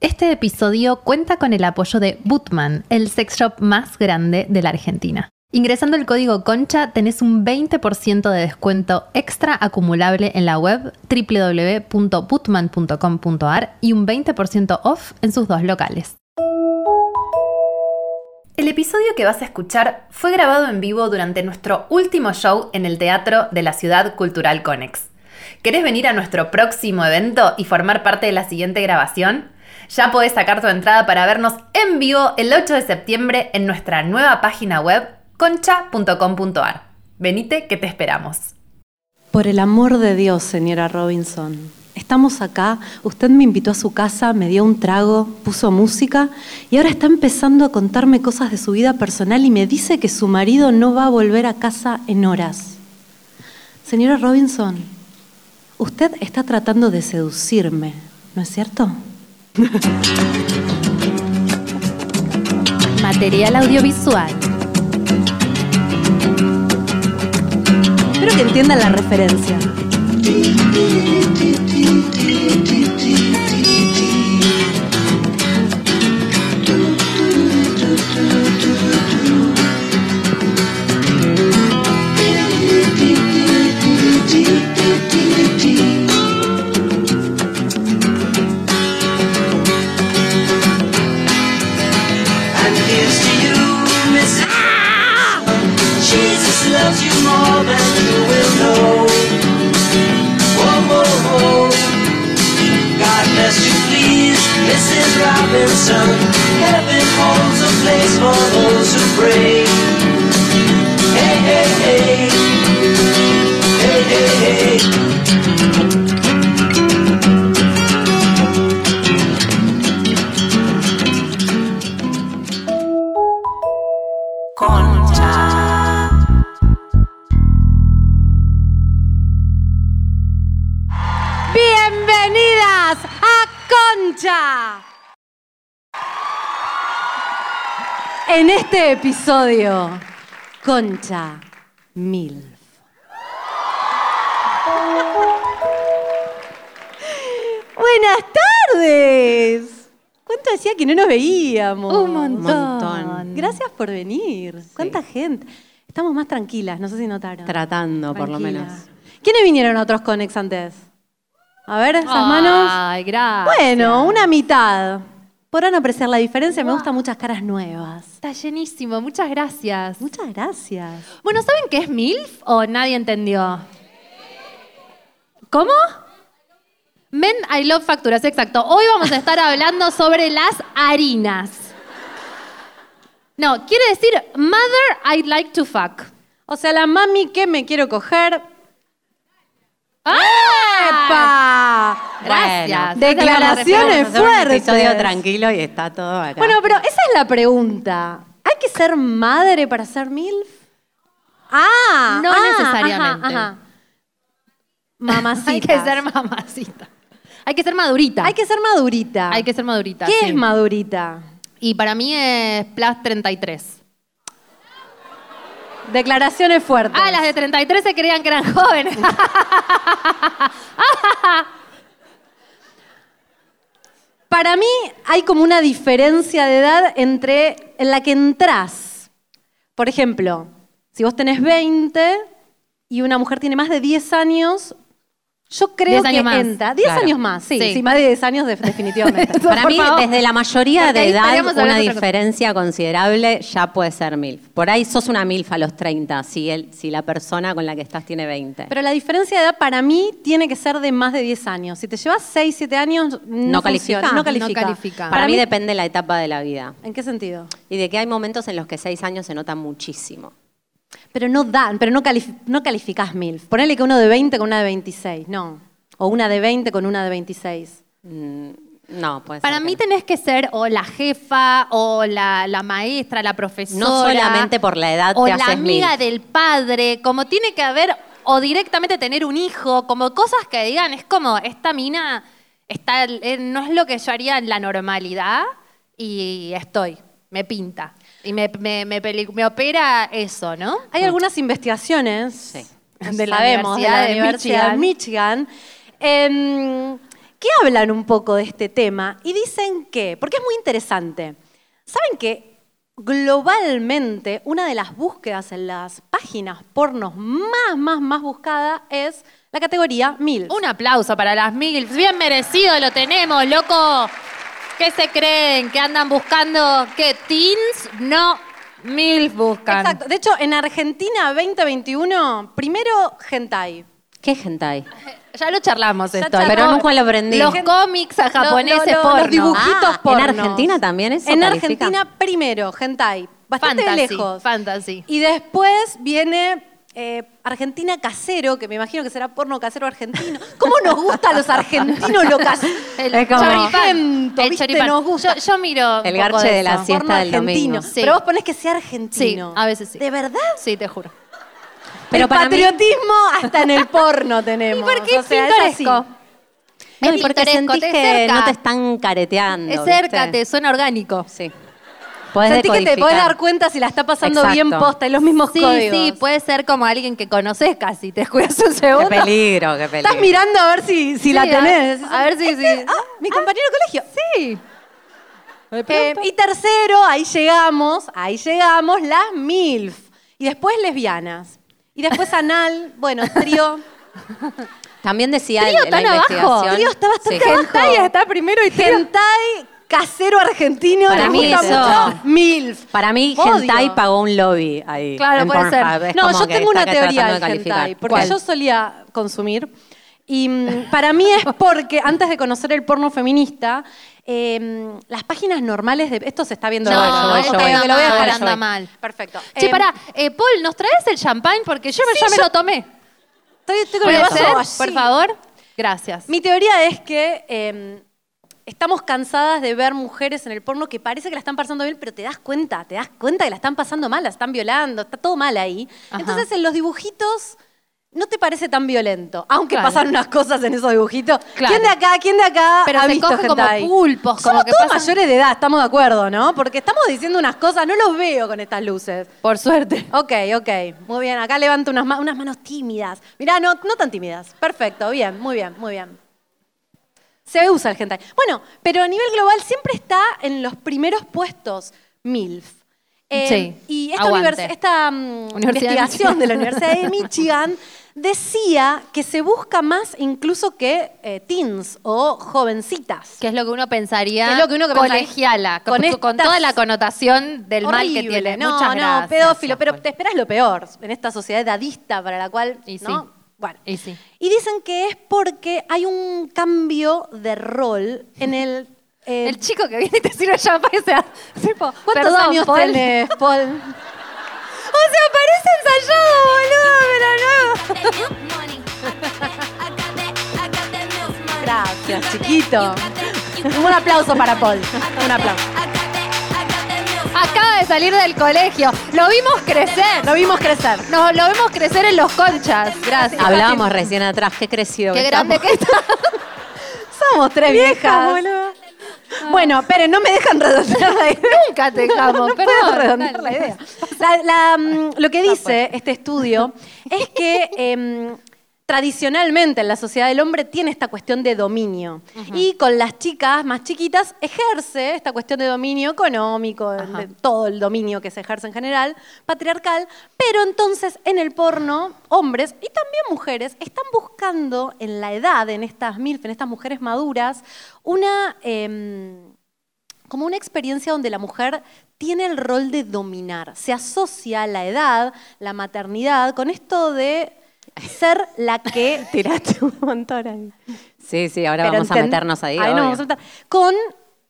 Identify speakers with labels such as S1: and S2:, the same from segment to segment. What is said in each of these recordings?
S1: Este episodio cuenta con el apoyo de Bootman, el sex shop más grande de la Argentina. Ingresando el código CONCHA tenés un 20% de descuento extra acumulable en la web www.bootman.com.ar y un 20% off en sus dos locales. El episodio que vas a escuchar fue grabado en vivo durante nuestro último show en el Teatro de la Ciudad Cultural Conex. ¿Querés venir a nuestro próximo evento y formar parte de la siguiente grabación? Ya podés sacar tu entrada para vernos en vivo el 8 de septiembre en nuestra nueva página web concha.com.ar. Venite que te esperamos.
S2: Por el amor de Dios, señora Robinson. Estamos acá, usted me invitó a su casa, me dio un trago, puso música y ahora está empezando a contarme cosas de su vida personal y me dice que su marido no va a volver a casa en horas. Señora Robinson, usted está tratando de seducirme, ¿no es cierto?
S1: Material audiovisual.
S2: Espero que entiendan la referencia.
S3: And here's to you, Miss. Jesus loves you more than you will know. Whoa, whoa, whoa. God bless you, please, Mrs. Robinson. Heaven holds a place for those who pray. Hey, hey, hey. Hey, hey, hey.
S2: Bienvenidas a Concha. En este episodio, Concha Mil. Buenas tardes. ¿Cuánto hacía que no nos veíamos?
S1: Un montón. montón.
S2: Gracias por venir. ¿Cuánta gente? Estamos más tranquilas, no sé si notaron.
S4: Tratando, por lo
S2: Tranquila.
S4: menos.
S2: ¿Quiénes vinieron a otros Conex antes? A ver, esas manos.
S1: Ay, gracias.
S2: Bueno, una mitad. Podrán apreciar la diferencia, me gustan muchas caras nuevas.
S1: Está llenísimo, muchas gracias.
S2: Muchas gracias.
S1: Bueno, ¿saben qué es MILF o nadie entendió? ¿Cómo? Men I Love Facturas, exacto. Hoy vamos a estar hablando sobre las harinas. No, quiere decir Mother I'd Like to Fuck.
S2: O sea, la mami que me quiero coger.
S1: ¡Ah!
S2: ¡Epa!
S1: Gracias.
S2: Bueno, declaraciones
S4: Vamos a hacer un
S2: fuertes.
S4: episodio tranquilo y está todo acá.
S2: Bueno, pero esa es la pregunta. ¿Hay que ser madre para ser MILF? Ah,
S1: No
S2: ah,
S1: necesariamente.
S2: ajá, ajá. Mamacitas.
S1: Hay que ser mamacita. Hay que ser madurita.
S2: Hay que ser madurita.
S1: Hay que ser madurita.
S2: ¿Qué
S1: sí.
S2: es madurita?
S1: Y para mí es Plus 33.
S2: Declaraciones fuertes.
S1: Ah, las de 33 se creían que eran jóvenes.
S2: Para mí hay como una diferencia de edad entre en la que entras. Por ejemplo, si vos tenés 20 y una mujer tiene más de 10 años, yo creo
S1: 10 años
S2: que
S1: más,
S2: entra. 10
S4: claro.
S2: años más, sí,
S1: Sí.
S2: sí. más de 10 años de- definitivamente.
S4: para
S1: por
S4: mí,
S1: favor.
S4: desde la mayoría
S1: Porque
S4: de
S1: ahí
S4: edad,
S1: estaríamos hablando
S4: una
S1: de otra cosa.
S4: diferencia considerable ya puede ser MILF. Por ahí sos una MILF a los 30, si, el, si la persona con la que estás tiene 20.
S2: Pero la diferencia de edad para mí tiene que ser de más de 10 años. Si te llevas 6, 7 años, no, funciona,
S4: ¿No califica?
S2: No
S4: No
S2: califica.
S1: califica.
S4: para, mí, depende la etapa de la vida.
S2: ¿En qué sentido?
S4: Y de que hay momentos en los que seis años se nota muchísimo.
S2: Pero no dan, pero no, califi- no calificás MILF. Ponele que uno de 20 con una de 26, no. O una de 20 con una de 26.
S4: Mm, No, puede ser
S1: Para
S4: que
S1: mí
S4: no.
S1: tenés que ser o la jefa, o la, la maestra, la profesora.
S4: No solamente por la edad
S1: O
S4: te
S1: la
S4: haces
S1: amiga
S4: MILF.
S1: del padre, como tiene que haber, o directamente tener un hijo, como cosas que digan, es como, esta mina está, eh, no es lo que yo haría en la normalidad y estoy, me pinta. Y me, me, me peli- me opera eso, ¿no?
S2: Hay algunas investigaciones,
S4: Sí.
S2: no
S1: De la
S2: sabemos, de
S1: Universidad
S2: la
S1: de
S2: Universidad de Michigan, em, que hablan un poco de este tema y dicen que, porque es muy interesante, ¿saben que globalmente una de las búsquedas en las páginas pornos más, más, más buscada es la categoría MILF?
S1: Un aplauso para las mil. Bien merecido lo tenemos, loco. ¿Qué se creen? ¿Que andan buscando que teens? No, mil buscan.
S2: Exacto. De hecho, en Argentina 2021, primero hentai.
S4: ¿Qué hentai?
S1: Ya lo charlamos
S2: Ya
S1: esto.
S2: charlamos.
S4: Pero nunca lo aprendí.
S1: Los
S2: Gen-
S1: cómics a japoneses
S2: Lo- lo- lo-
S1: porno.
S2: Los dibujitos
S4: Ah, ¿en
S2: pornos.
S4: Argentina también eso
S2: En
S4: califica?
S2: Argentina primero, hentai. Bastante
S1: Fantasy,
S2: lejos.
S1: fantasy.
S2: Y después viene eh, Argentina casero, que me imagino que será porno casero argentino. ¿Cómo nos gusta a los argentinos lo casero?
S4: Es como-
S2: Choripán,
S1: el
S2: ¿viste?
S1: choripán.
S2: Nos gusta.
S1: Yo, yo miro un
S4: El
S1: poco
S4: garche de la
S1: eso.
S4: siesta
S2: porno
S4: del domingo.
S2: argentino.
S1: Sí.
S2: Pero vos ponés que sea argentino.
S1: Sí, a veces sí.
S2: ¿De verdad?
S1: Sí, te juro.
S4: Pero
S2: el
S4: para mí-
S2: patriotismo hasta en el porno tenemos.
S1: ¿Y por qué
S2: O
S1: es
S2: sea, es así.
S1: pintoresco?
S4: No,
S1: Es
S4: y porque
S1: pintoresco,
S4: sentís
S1: te
S4: que
S1: cerca.
S4: no te están careteando.
S1: Es cerca,
S4: ¿viste?
S1: te suena orgánico.
S4: Sí. Podés
S2: Sentí que te
S4: decodificar.
S2: podés dar cuenta si la está pasando
S4: Exacto.
S2: bien posta, y los mismos
S1: Sí,
S2: códigos.
S1: sí, puede ser como alguien que conoces casi. Te descuidas un segundo.
S4: Qué peligro, qué peligro.
S2: Estás mirando a ver si, si la
S1: Sí, a-
S2: tenés.
S1: a ver si-
S2: Este,
S1: si-
S2: ah, mi compañero de colegio.
S1: Sí.
S2: Eh, y tercero, ahí llegamos, ahí llegamos, las MILF. Y después lesbianas. Y después anal, bueno, trío.
S4: También decía
S1: Trío
S4: el- la
S1: tan abajo.
S4: investigación.
S2: Trío está bastante
S4: Sí.
S2: abajo.
S1: Hentai está primero y trío.
S2: Hentai, casero argentino,
S4: Para
S2: nos
S4: mí
S2: gusta
S4: eso-
S2: mucho. MILF.
S4: Para mí,
S2: Odio.
S4: Gentai pagó un lobby ahí.
S1: Claro,
S4: en
S1: puede ser.
S4: Pornhub. Es
S2: No,
S4: como
S2: yo
S4: que
S2: tengo una
S4: está
S2: teoría
S4: tratando de
S2: del hentai,
S4: calificar.
S2: porque yo solía consumir. Y mm, para mí es porque antes de conocer el porno feminista, eh, las páginas normales de. Esto se está viendo
S1: No,
S2: mal, yo voy, yo
S1: esto
S2: voy,
S1: anda
S2: lo voy a dejar,
S1: mal,
S2: yo
S1: anda
S2: voy.
S1: mal.
S2: Perfecto.
S1: Che,
S2: Eh,
S1: pará, eh, Paul, ¿nos traes el champagne? Porque yo me-
S2: Sí,
S1: ya me
S2: yo-
S1: lo tomé.
S2: Estoy, estoy con el
S1: ¿Puede
S2: vaso
S1: ser?
S2: así.
S1: Por favor. Gracias.
S2: Mi teoría es que eh, estamos cansadas de ver mujeres en el porno que parece que la están pasando bien, pero te das cuenta, te das cuenta que la están pasando mal, la están violando, está todo mal ahí.
S1: Ajá.
S2: Entonces en los dibujitos no te parece tan violento, aunque
S1: Claro.
S2: pasan unas cosas en esos dibujitos.
S1: Claro.
S2: ¿Quién de acá, quién de acá
S1: Pero
S2: ha
S1: se
S2: visto
S1: cogen como
S2: hentai?
S1: pulpos, como
S2: Somos
S1: que
S2: todos
S1: pasan-
S2: mayores de edad, estamos de acuerdo, ¿no? Porque estamos diciendo unas cosas, no los veo con estas luces.
S1: Por suerte.
S2: Ok, ok, muy bien. Acá levanto unas, ma- unas manos tímidas. Mirá, no, no tan tímidas. Perfecto, bien, muy bien, muy bien. Se usa el hentai. Bueno, pero a nivel global siempre está en los primeros puestos MILF. Eh,
S1: Sí,
S2: Y esta,
S1: aguante.
S2: univers- esta, mm,
S1: Universidad de
S2: investigación
S1: Michigan.
S2: de la Universidad de Michigan decía que se busca más incluso que eh, teens o jovencitas.
S1: Que es lo que uno pensaría
S2: Que es lo que uno que pensaría.
S1: colegiala, con,
S2: Con
S1: con
S2: estas-
S1: toda la connotación del mal que
S2: Horrible.
S1: tiene.
S2: No,
S1: Muchas
S2: no,
S1: gracias.
S2: pedófilo, pero
S1: Paul.
S2: te esperas lo peor en esta sociedad edadista para la cual,
S1: Y sí.
S2: ¿no? Bueno.
S1: Y sí.
S2: Y dicen que es porque hay un cambio de rol en el... eh,
S1: El chico que viene y te sirve champagne, o sea, tipo,
S2: ¿Cuántos
S1: perdón,
S2: años
S1: Paul.
S2: tenés, Paul?
S1: O sea, parece ensayado, boludo, pero no.
S2: Gracias, chiquito. Un aplauso para Paul. Un aplauso.
S1: Acaba de salir del colegio. Lo vimos crecer.
S2: Lo vimos crecer.
S1: Nos lo vemos crecer en los conchas. Gracias.
S4: Hablábamos recién atrás, qué crecido.
S1: Qué
S4: que
S1: grande
S4: estamos.
S1: que está.
S2: Somos tres viejas. Bueno, pero no me dejan redondear la idea.
S1: Nunca te dejamos.
S2: No
S1: perdón.
S2: puedo redondear la
S1: Dale.
S2: idea. La- la, mm, lo que dice este estudio es que em, tradicionalmente en la sociedad del hombre tiene esta cuestión de dominio. Y con las chicas más chiquitas ejerce esta cuestión de dominio económico, de todo el dominio que se ejerce en general, patriarcal. Pero entonces en el porno, hombres y también mujeres están buscando en la edad, en estas MILF, en estas mujeres maduras, una. em, como una experiencia donde la mujer tiene el rol de dominar. Se asocia la edad, la maternidad, con esto de ser la que... Tiraste un montón ahí.
S4: Sí, sí, ahora vamos a meternos ahí.
S2: Ahí nos
S4: obvio.
S2: vamos a meter. Con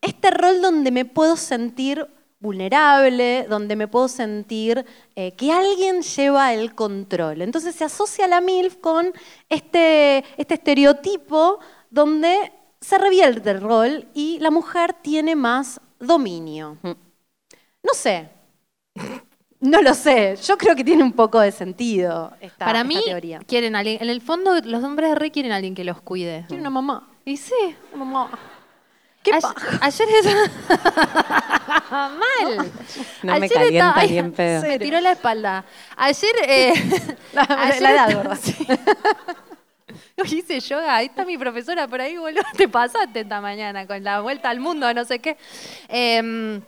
S2: este rol donde me puedo sentir vulnerable, donde me puedo sentir eh, que alguien lleva el control. Entonces se asocia la MILF con este, este estereotipo donde se revierte el rol y la mujer tiene más dominio.
S4: Mm.
S2: No sé. No lo sé. Yo creo que tiene un poco de sentido esta,
S1: Para
S2: esta
S1: mí,
S2: teoría.
S1: quieren a alguien. En el fondo, los hombres re quieren a alguien que los cuide.
S2: Tiene una mamá.
S1: Y sí.
S2: Una mamá. ¿Qué
S1: Ay-
S2: paja.
S1: Ayer es- Mal.
S4: No me
S1: Ayer estaba-
S4: calientan
S1: Ay,
S4: ni en pedo.
S1: Se me tiró la espalda. Ayer. eh,
S2: La- la edad, gorda.
S1: Sí. No hice yoga, ahí está mi profesora por ahí, boludo, te pasaste esta mañana con la vuelta al mundo, no sé qué. Em,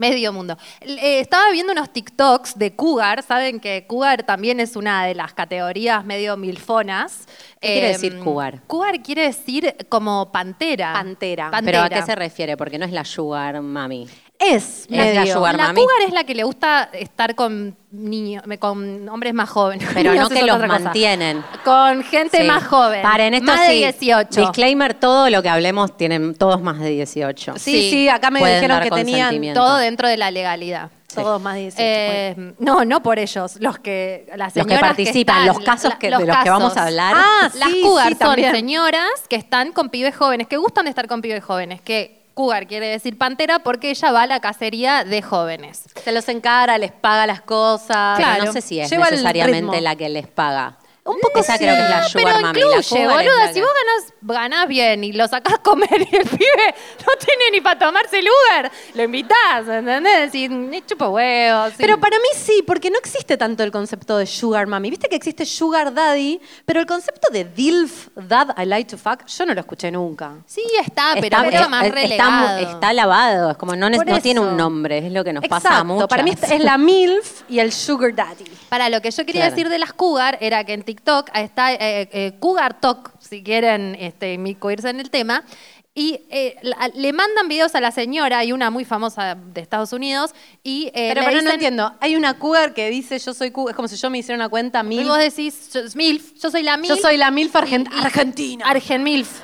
S1: Medio mundo. L- eh, estaba viendo unos TikToks de Cougar. Saben que Cougar también es una de las categorías medio milfonas.
S4: ¿Qué quiere
S1: Em,
S4: decir cougar?
S1: Cougar quiere decir como pantera.
S4: Pantera.
S1: Pantera.
S4: ¿Pero a qué se refiere? Porque no es la sugar mami.
S1: Es
S4: la
S1: medio.
S4: sugar
S1: la
S4: mami.
S1: cougar es la que le gusta estar con niños, con hombres más jóvenes.
S4: Pero no
S1: Niños es
S4: que los
S1: otra cosa.
S4: mantienen.
S1: Con gente
S4: Sí.
S1: más joven.
S4: Paren, esto
S1: más de
S4: sí,
S1: 18.
S4: Disclaimer, todo lo que hablemos tienen todos más de 18.
S2: Sí, sí, acá me
S4: Pueden
S2: dijeron
S4: dar
S2: que tenían
S4: consentimiento.
S1: Todo dentro de la legalidad.
S2: Todos más de 18.
S1: Eh, no, no por ellos, los que las
S4: Los que
S1: señoras
S4: participan,
S1: están,
S4: los casos que- de los que vamos a hablar.
S2: Ah,
S1: las
S2: sí,
S1: cougar
S2: sí,
S1: son
S2: también.
S1: señoras que están con pibes jóvenes, que gustan de estar con pibes jóvenes, que cougar quiere decir pantera porque ella va a la cacería de jóvenes.
S2: pues. Se los encara, les paga las cosas.
S4: Pero
S1: Claro.
S4: no sé si es
S2: Lleva el
S4: necesariamente
S2: ritmo.
S4: la que les paga.
S2: Un poco
S4: Esa
S2: sí.
S4: creo que es la sugar
S1: pero
S4: mami. la
S1: incluye,
S4: sugar es la
S1: boluda,
S4: que-
S1: si vos ganás, ganás bien y lo sacás a comer y el pibe no tiene ni para tomarse el Uber, lo invitás, ¿entendés? Y ni chupa huevos. y-
S2: Pero para mí sí, porque no existe tanto el concepto de sugar mami. Viste que existe sugar daddy, pero el concepto de DILF, dad I like to fuck, yo no lo escuché nunca.
S1: Sí, está, pero
S4: Está,
S1: mucho
S4: eh,
S1: más
S4: está-
S1: relegado.
S4: está lavado, es como no, ne-
S1: Por
S4: no tiene
S1: eso.
S4: un nombre, es lo que nos pasa a Eh, muchos.
S2: Exacto, para mí es la MILF y el sugar daddy.
S1: Para lo que yo quería
S4: Claro.
S1: decir de las cougar era que en TikTok está eh, eh, cougar talk, si quieren este, inmiscuirse en el tema, y eh, la- le mandan videos a la señora, y una muy famosa de Estados Unidos, y eh,
S2: Pero,
S1: le
S2: pero no
S1: dicen-
S2: entiendo, hay una cougar que dice yo soy cougar, es como si yo me hiciera una cuenta
S1: y
S2: MILF.
S1: vos decís, yo, milf, yo soy la milf,
S2: Yo soy la MILF argen-
S1: Y- y-
S2: argentina.
S1: argen milf.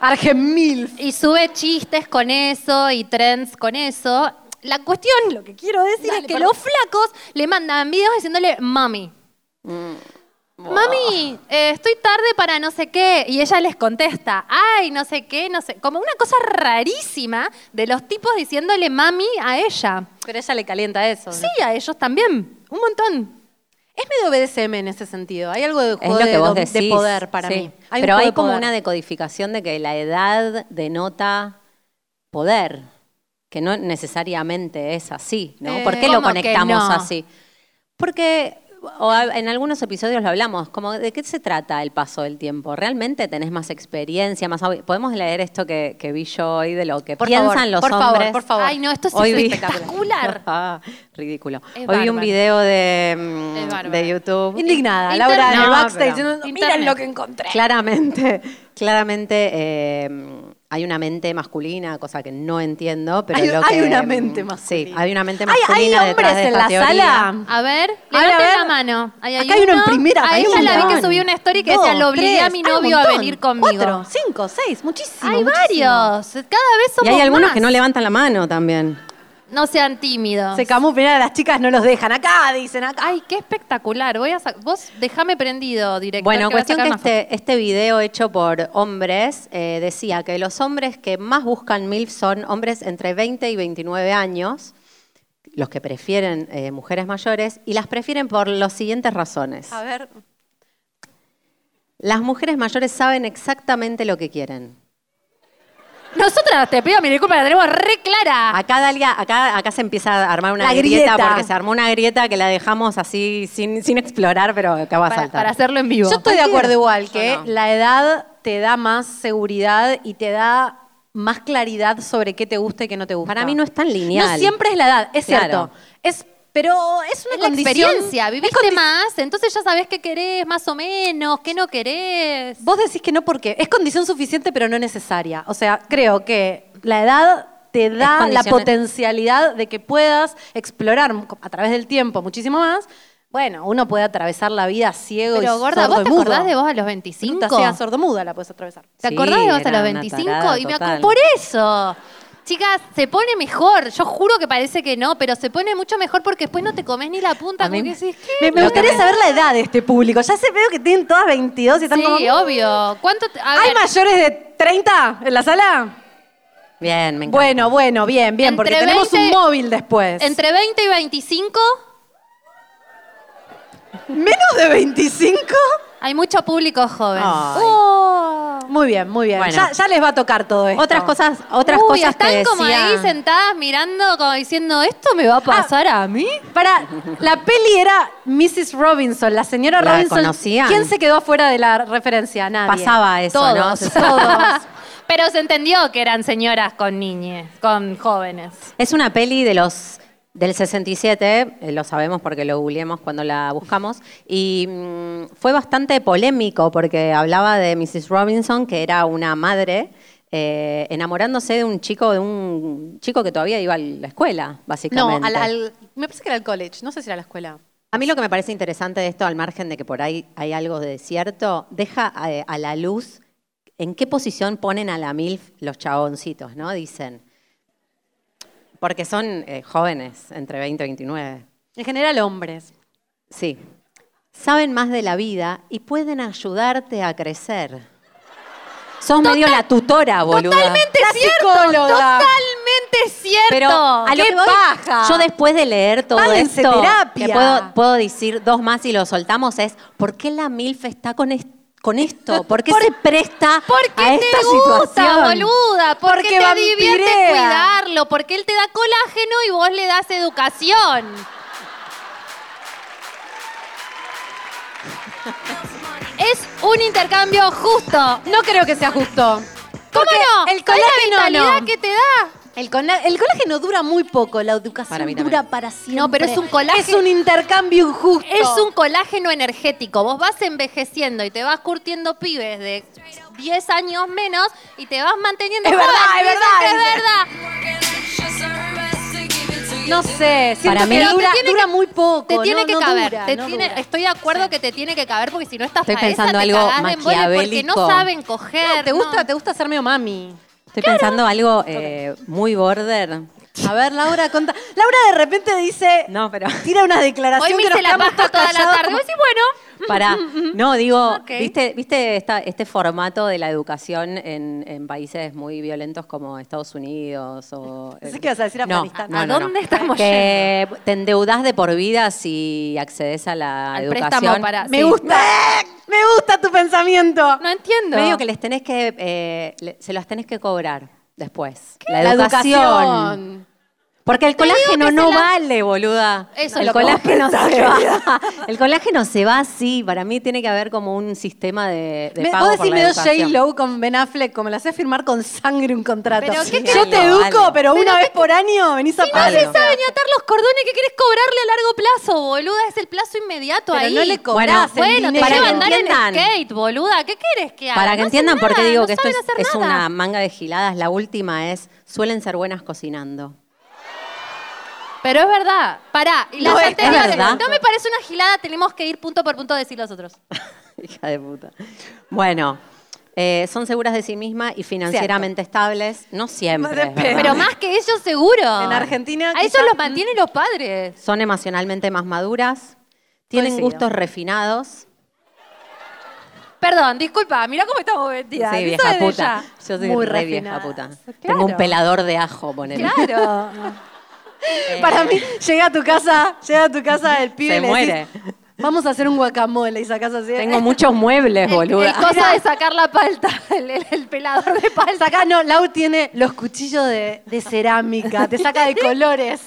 S2: Argen MILF.
S1: Y sube chistes con eso y trends con eso. La cuestión, lo que quiero decir es que los flacos le mandan videos diciéndole mami.
S2: Mm,
S1: Mami, eh, estoy tarde para no sé qué. Y ella les contesta, ay, no sé qué, no sé. Como una cosa rarísima de los tipos diciéndole mami a ella.
S2: Pero ella le calienta eso.
S1: Sí, a ellos también. Un montón.
S2: Es medio BDSM en ese sentido. Hay algo de
S4: Es
S2: juego
S4: lo
S2: de,
S4: que vos
S2: dom-
S4: decís.
S2: de poder para
S4: sí.
S2: mí. un
S4: Pero
S2: juego
S4: hay
S2: de
S4: como
S2: poder.
S4: una decodificación de que la edad denota poder, que no necesariamente es así, ¿no?
S1: Eh,
S4: ¿Por qué lo
S1: ¿cómo que
S4: conectamos
S1: no?
S4: así? Porque o a- en algunos episodios lo hablamos, como de qué se trata el paso del tiempo. ¿Realmente tenés más experiencia, más hab- podemos leer esto que, que vi yo hoy de lo que
S2: Por
S4: piensan
S2: favor,
S4: los
S2: por favor,
S4: hombres?
S2: por favor.
S1: Ay, no, esto es
S4: Hoy vi-
S1: espectacular.
S4: Ah, ridículo.
S1: Es
S4: hoy vi un
S1: bárbaro.
S4: video de, mm,
S1: Es bárbaro.
S4: de YouTube.
S2: Indignada,
S1: Inter-
S2: Laura en el
S1: No,
S2: backstage.
S1: pero-
S2: diciendo, Miren
S1: Internet.
S2: lo que encontré.
S4: Claramente, claramente eh, hay una mente masculina, cosa que no entiendo, pero
S2: Hay-
S4: lo
S2: hay
S4: que- em, mm,
S2: una mente
S4: Sí,
S2: masculina.
S4: hay una mente
S2: Hay- hay
S4: masculina detrás
S2: hombres
S4: de
S2: en
S4: esta
S2: la
S4: teoría.
S2: sala.
S1: A ver,
S2: Ay, a
S1: levanten
S2: ver.
S1: la mano. Ahí
S2: Acá hay uno en primera,
S1: A
S2: hay un
S1: ella la vi que
S2: montón.
S1: subió una story que
S2: Dos,
S1: decía, lo obligué a
S2: tres,
S1: mi
S2: hay un
S1: novio a
S2: montón.
S1: venir conmigo.
S2: Cuatro, cinco, seis, muchísimo.
S1: Hay
S2: muchísimo.
S1: varios. Cada vez
S4: Y
S1: somos
S4: hay algunos
S1: más.
S4: que no levantan la mano también.
S1: No sean tímidos.
S2: Se camuflan, las chicas no los dejan. Acá dicen, acá.
S1: Ay, qué espectacular. Voy a sa- vos déjame prendido, director.
S4: Bueno,
S1: que voy a
S4: cuestión
S1: sacar
S4: que
S1: una foto.
S4: este, este video hecho por hombres eh, decía que los hombres que más buscan MILF son hombres entre 20 y 29 años, los que prefieren eh, mujeres mayores, y las prefieren por las siguientes razones.
S2: A ver.
S4: Las mujeres mayores saben exactamente lo que quieren.
S2: este-
S1: Nosotras, te pido mi disculpa, la tenemos re clara.
S4: Acá, Dalia, acá, acá se empieza a armar una
S2: Ah. La
S4: grieta,
S2: grieta.
S4: porque se armó una grieta que la dejamos así sin, sin explorar, pero acá va a
S1: Para,
S4: saltar.
S1: para hacerlo en vivo.
S2: Yo estoy de acuerdo igual, que
S4: no.
S2: la edad te da más seguridad y te da más claridad sobre qué te gusta y qué no te gusta.
S4: Para mí no es tan lineal.
S2: No siempre es la edad, es
S4: Claro.
S2: cierto. Es, pero es una
S1: Es la
S2: condición-
S1: experiencia,
S2: es
S1: viviste
S2: condi-
S1: más, entonces ya sabés qué querés más o menos, qué no querés.
S2: Vos decís que no porque es condición suficiente pero no necesaria. O sea, creo que la edad te da la
S4: condiciones-
S2: potencialidad de que puedas explorar a través del tiempo muchísimo más. Bueno, uno puede atravesar la vida ciego y
S1: Pero gorda,
S2: sordo
S1: ¿vos
S2: y
S1: te
S2: mudo.
S1: acordás de vos a los 25?
S2: Bruta, sea sordomuda la puedes atravesar.
S1: ¿Te
S4: Sí,
S1: acordás de vos a
S4: era
S1: los
S4: una
S1: 25?
S4: tarada
S1: y me acu-
S4: total.
S1: por eso. Chicas, se pone mejor. Yo juro que parece que no, pero se pone mucho mejor porque después no te comes ni la punta.
S4: A mí-
S1: como que decís, ¿qué?
S2: Me, me
S4: Lo
S2: gustaría
S4: que-
S2: saber la edad de este público. Ya sé, veo que tienen todas 22 y están
S1: Sí,
S2: como...
S1: obvio. ¿Cuánto? te- a
S2: ¿Hay
S1: ver,
S2: mayores de 30 en la sala?
S4: Bien, me encanta.
S2: Bueno, bueno, bien, bien, porque
S1: Entre
S2: tenemos un
S1: 20
S2: móvil después.
S1: entre 20 y 25
S2: ¿Menos de 25?
S1: hay mucho público joven.
S4: Ay.
S1: Oh.
S2: Muy bien, muy bien.
S4: Bueno.
S2: Ya, ya les va a tocar todo esto.
S4: Otras cosas, otras
S1: Uy,
S4: cosas
S1: están
S4: que
S1: como
S4: decía-
S1: ahí sentadas mirando, como diciendo, ¿esto me va
S2: Ah.
S1: a pasar a mí?
S2: Para, la peli era Mrs. Robinson, la señora
S4: La
S2: Robinson.
S4: conocían.
S2: ¿Quién se quedó fuera de la referencia? Nadie.
S4: pasaba eso, ¿no?
S1: Todos,
S4: Se-
S1: todos. Pero se entendió que eran señoras con niñes, con jóvenes.
S4: Es una peli de los del 67, eh, lo sabemos porque lo googleamos cuando la buscamos, y mm, fue bastante polémico porque hablaba de Mrs. Robinson, que era una madre eh, enamorándose de un chico, de un chico que todavía iba a la escuela,
S5: No,
S4: básicamente.
S5: al, al- me parece que era el college, no sé si era la escuela.
S4: A mí lo que me parece interesante de esto, al margen de que por ahí hay algo de cierto, deja eh, a, la luz en qué posición ponen a la MILF los chaboncitos, ¿no? Dicen. Porque son eh, jóvenes, entre 20 y 29.
S2: En general, hombres.
S4: Sí. Saben más de la vida y pueden ayudarte a crecer. Sos medio la tutora, boluda.
S1: Totalmente
S2: La
S1: cierto.
S2: psicóloga.
S1: Totalmente cierto.
S4: Pero a lo
S1: ¡Qué
S4: que voy,
S1: paja!
S4: yo después de leer todo
S2: Páguense
S4: esto,
S2: terapia.
S4: que puedo, puedo decir dos más y lo soltamos, es ¿por qué la MILF está con, es- con esto? ¿Por qué se presta
S1: Porque
S4: a
S1: te
S4: esta
S1: gusta,
S4: situación?
S1: boluda. Porque,
S2: Porque
S1: te
S2: vampirea.
S1: divierte cuidarlo. Porque él te da colágeno y vos le das educación. es un intercambio justo.
S2: No creo que sea justo.
S1: ¿Cómo no?
S2: el
S1: ¿Sabés
S2: colágeno
S1: la vitalidad
S2: no.
S1: que te da.
S2: El, cona- el colágeno dura muy poco, la educación
S4: Para mí también.
S2: dura para siempre.
S1: No, pero es un colágeno-
S2: Es un intercambio injusto.
S1: Es un colágeno energético. Vos vas envejeciendo y te vas curtiendo pibes de 10 años menos y te vas manteniendo.
S2: Es verdad,
S1: joven.
S2: es
S1: Dicen que
S2: verdad.
S1: Es verdad.
S2: No sé, siento
S4: Para mí-
S2: que
S1: Pero te
S2: dura,
S1: tiene
S2: dura
S1: que-
S2: muy poco.
S1: Te tiene
S2: no-
S1: que
S2: no
S1: caber.
S2: dura,
S1: te
S2: no
S1: tiene-
S2: dura.
S1: estoy de acuerdo que te tiene que caber porque si no estás
S4: Estoy
S1: para esa,
S4: pensando
S1: te
S4: algo
S1: cagás de embole porque
S4: maquiavélico.
S1: no saben coger.
S2: No, ¿Te gusta,
S1: no.
S2: te gusta ser medio mami?
S4: Estoy pensando algo eh, muy border.
S2: A ver, Laura, conta. Laura de repente dice.
S4: No, pero
S2: Tira una declaración
S1: Hoy me
S2: que nos
S1: hice la
S2: quedamos
S1: paja toda
S2: todos
S1: la
S2: callados
S1: tarde.
S2: como-
S1: Vos decís, bueno.
S4: para, no digo,
S1: Ok.
S4: viste, viste esta- este formato de la educación en, en países muy violentos como Estados Unidos o
S2: Pensé que ibas a decir
S4: No,
S2: Afganistán.
S4: no,
S1: ¿A
S4: no, no.
S1: dónde estamos
S4: que te endeudás de por vida si accedes a la
S1: Al préstamo
S4: educación.
S1: para-
S2: Me
S1: Sí.
S2: gusta. Me gusta tu pensamiento.
S1: No entiendo.
S4: Medio que les tenés que, eh, le- se los tenés que cobrar después.
S2: La
S4: La educación.
S2: educación.
S4: Porque el
S1: digo
S4: colágeno
S1: que
S4: no
S1: se la-
S4: vale, boluda.
S1: Eso es
S4: el
S1: lo que
S4: colágeno se va. El colágeno se va así. Para mí tiene que haber como un sistema de, de
S2: Me-
S4: pago
S2: vos
S4: por
S2: decís
S4: la
S2: medio
S4: educación.
S2: J-Lo con Ben Affleck, como la hacés firmar con sangre un contrato.
S1: Pero, ¿qué
S2: Yo
S4: querés?
S2: te educo,
S4: Algo.
S2: pero una vez por año venís a
S1: No
S2: pagar.
S1: se sabe ni atar los cordones que querés cobrarle a largo plazo, boluda. Es el plazo inmediato
S2: Pero
S1: ahí.
S2: no le cobrás
S1: Bueno,
S2: el
S1: bueno, te
S2: dinero.
S1: llevan a andar en
S4: Entiendan.
S1: skate, boluda. ¿Qué querés que haga?
S4: Para que
S1: No hacen
S4: entiendan por qué
S1: nada,
S4: digo
S1: no
S4: que esto es,
S1: saben hacer
S4: es
S1: nada.
S4: una manga de giladas. La última es, suelen ser buenas cocinando.
S1: Pero es verdad. Pará. Y las
S2: No, es
S1: anteriores.
S4: verdad.
S1: No me parece una gilada. Tenemos que ir punto por punto a decir los otros.
S4: Hija de puta. Bueno, eh, son seguras de sí mismas y financieramente estables. No siempre.
S2: No depende.
S4: es verdad.
S1: Pero más que ellos, seguro.
S2: En Argentina,
S1: A ellos
S2: quizás-
S1: los mantienen los padres.
S4: Son emocionalmente más maduras, tienen
S2: Coincido.
S4: gustos refinados.
S1: Perdón, disculpa, mirá cómo estamos vestidas.
S4: sí,
S1: Eso
S4: vieja
S1: es de
S4: puta.
S1: ya.
S4: Yo soy
S2: Muy
S4: re
S2: refinadas,
S4: vieja puta.
S2: claro.
S4: Tengo un pelador de ajo, ponele.
S1: Claro.
S2: Para mí, llega a tu casa, llega a tu casa el pibe
S4: Se
S2: y le decís,
S4: muere.
S2: Vamos a hacer un guacamole y sacás así.
S4: Tengo muchos muebles,
S1: El,
S4: boluda.
S1: el cosa de sacar la palta, el, el- el pelador de palta.
S2: Sacá, no, Lau tiene los cuchillos de, de cerámica, te saca de colores.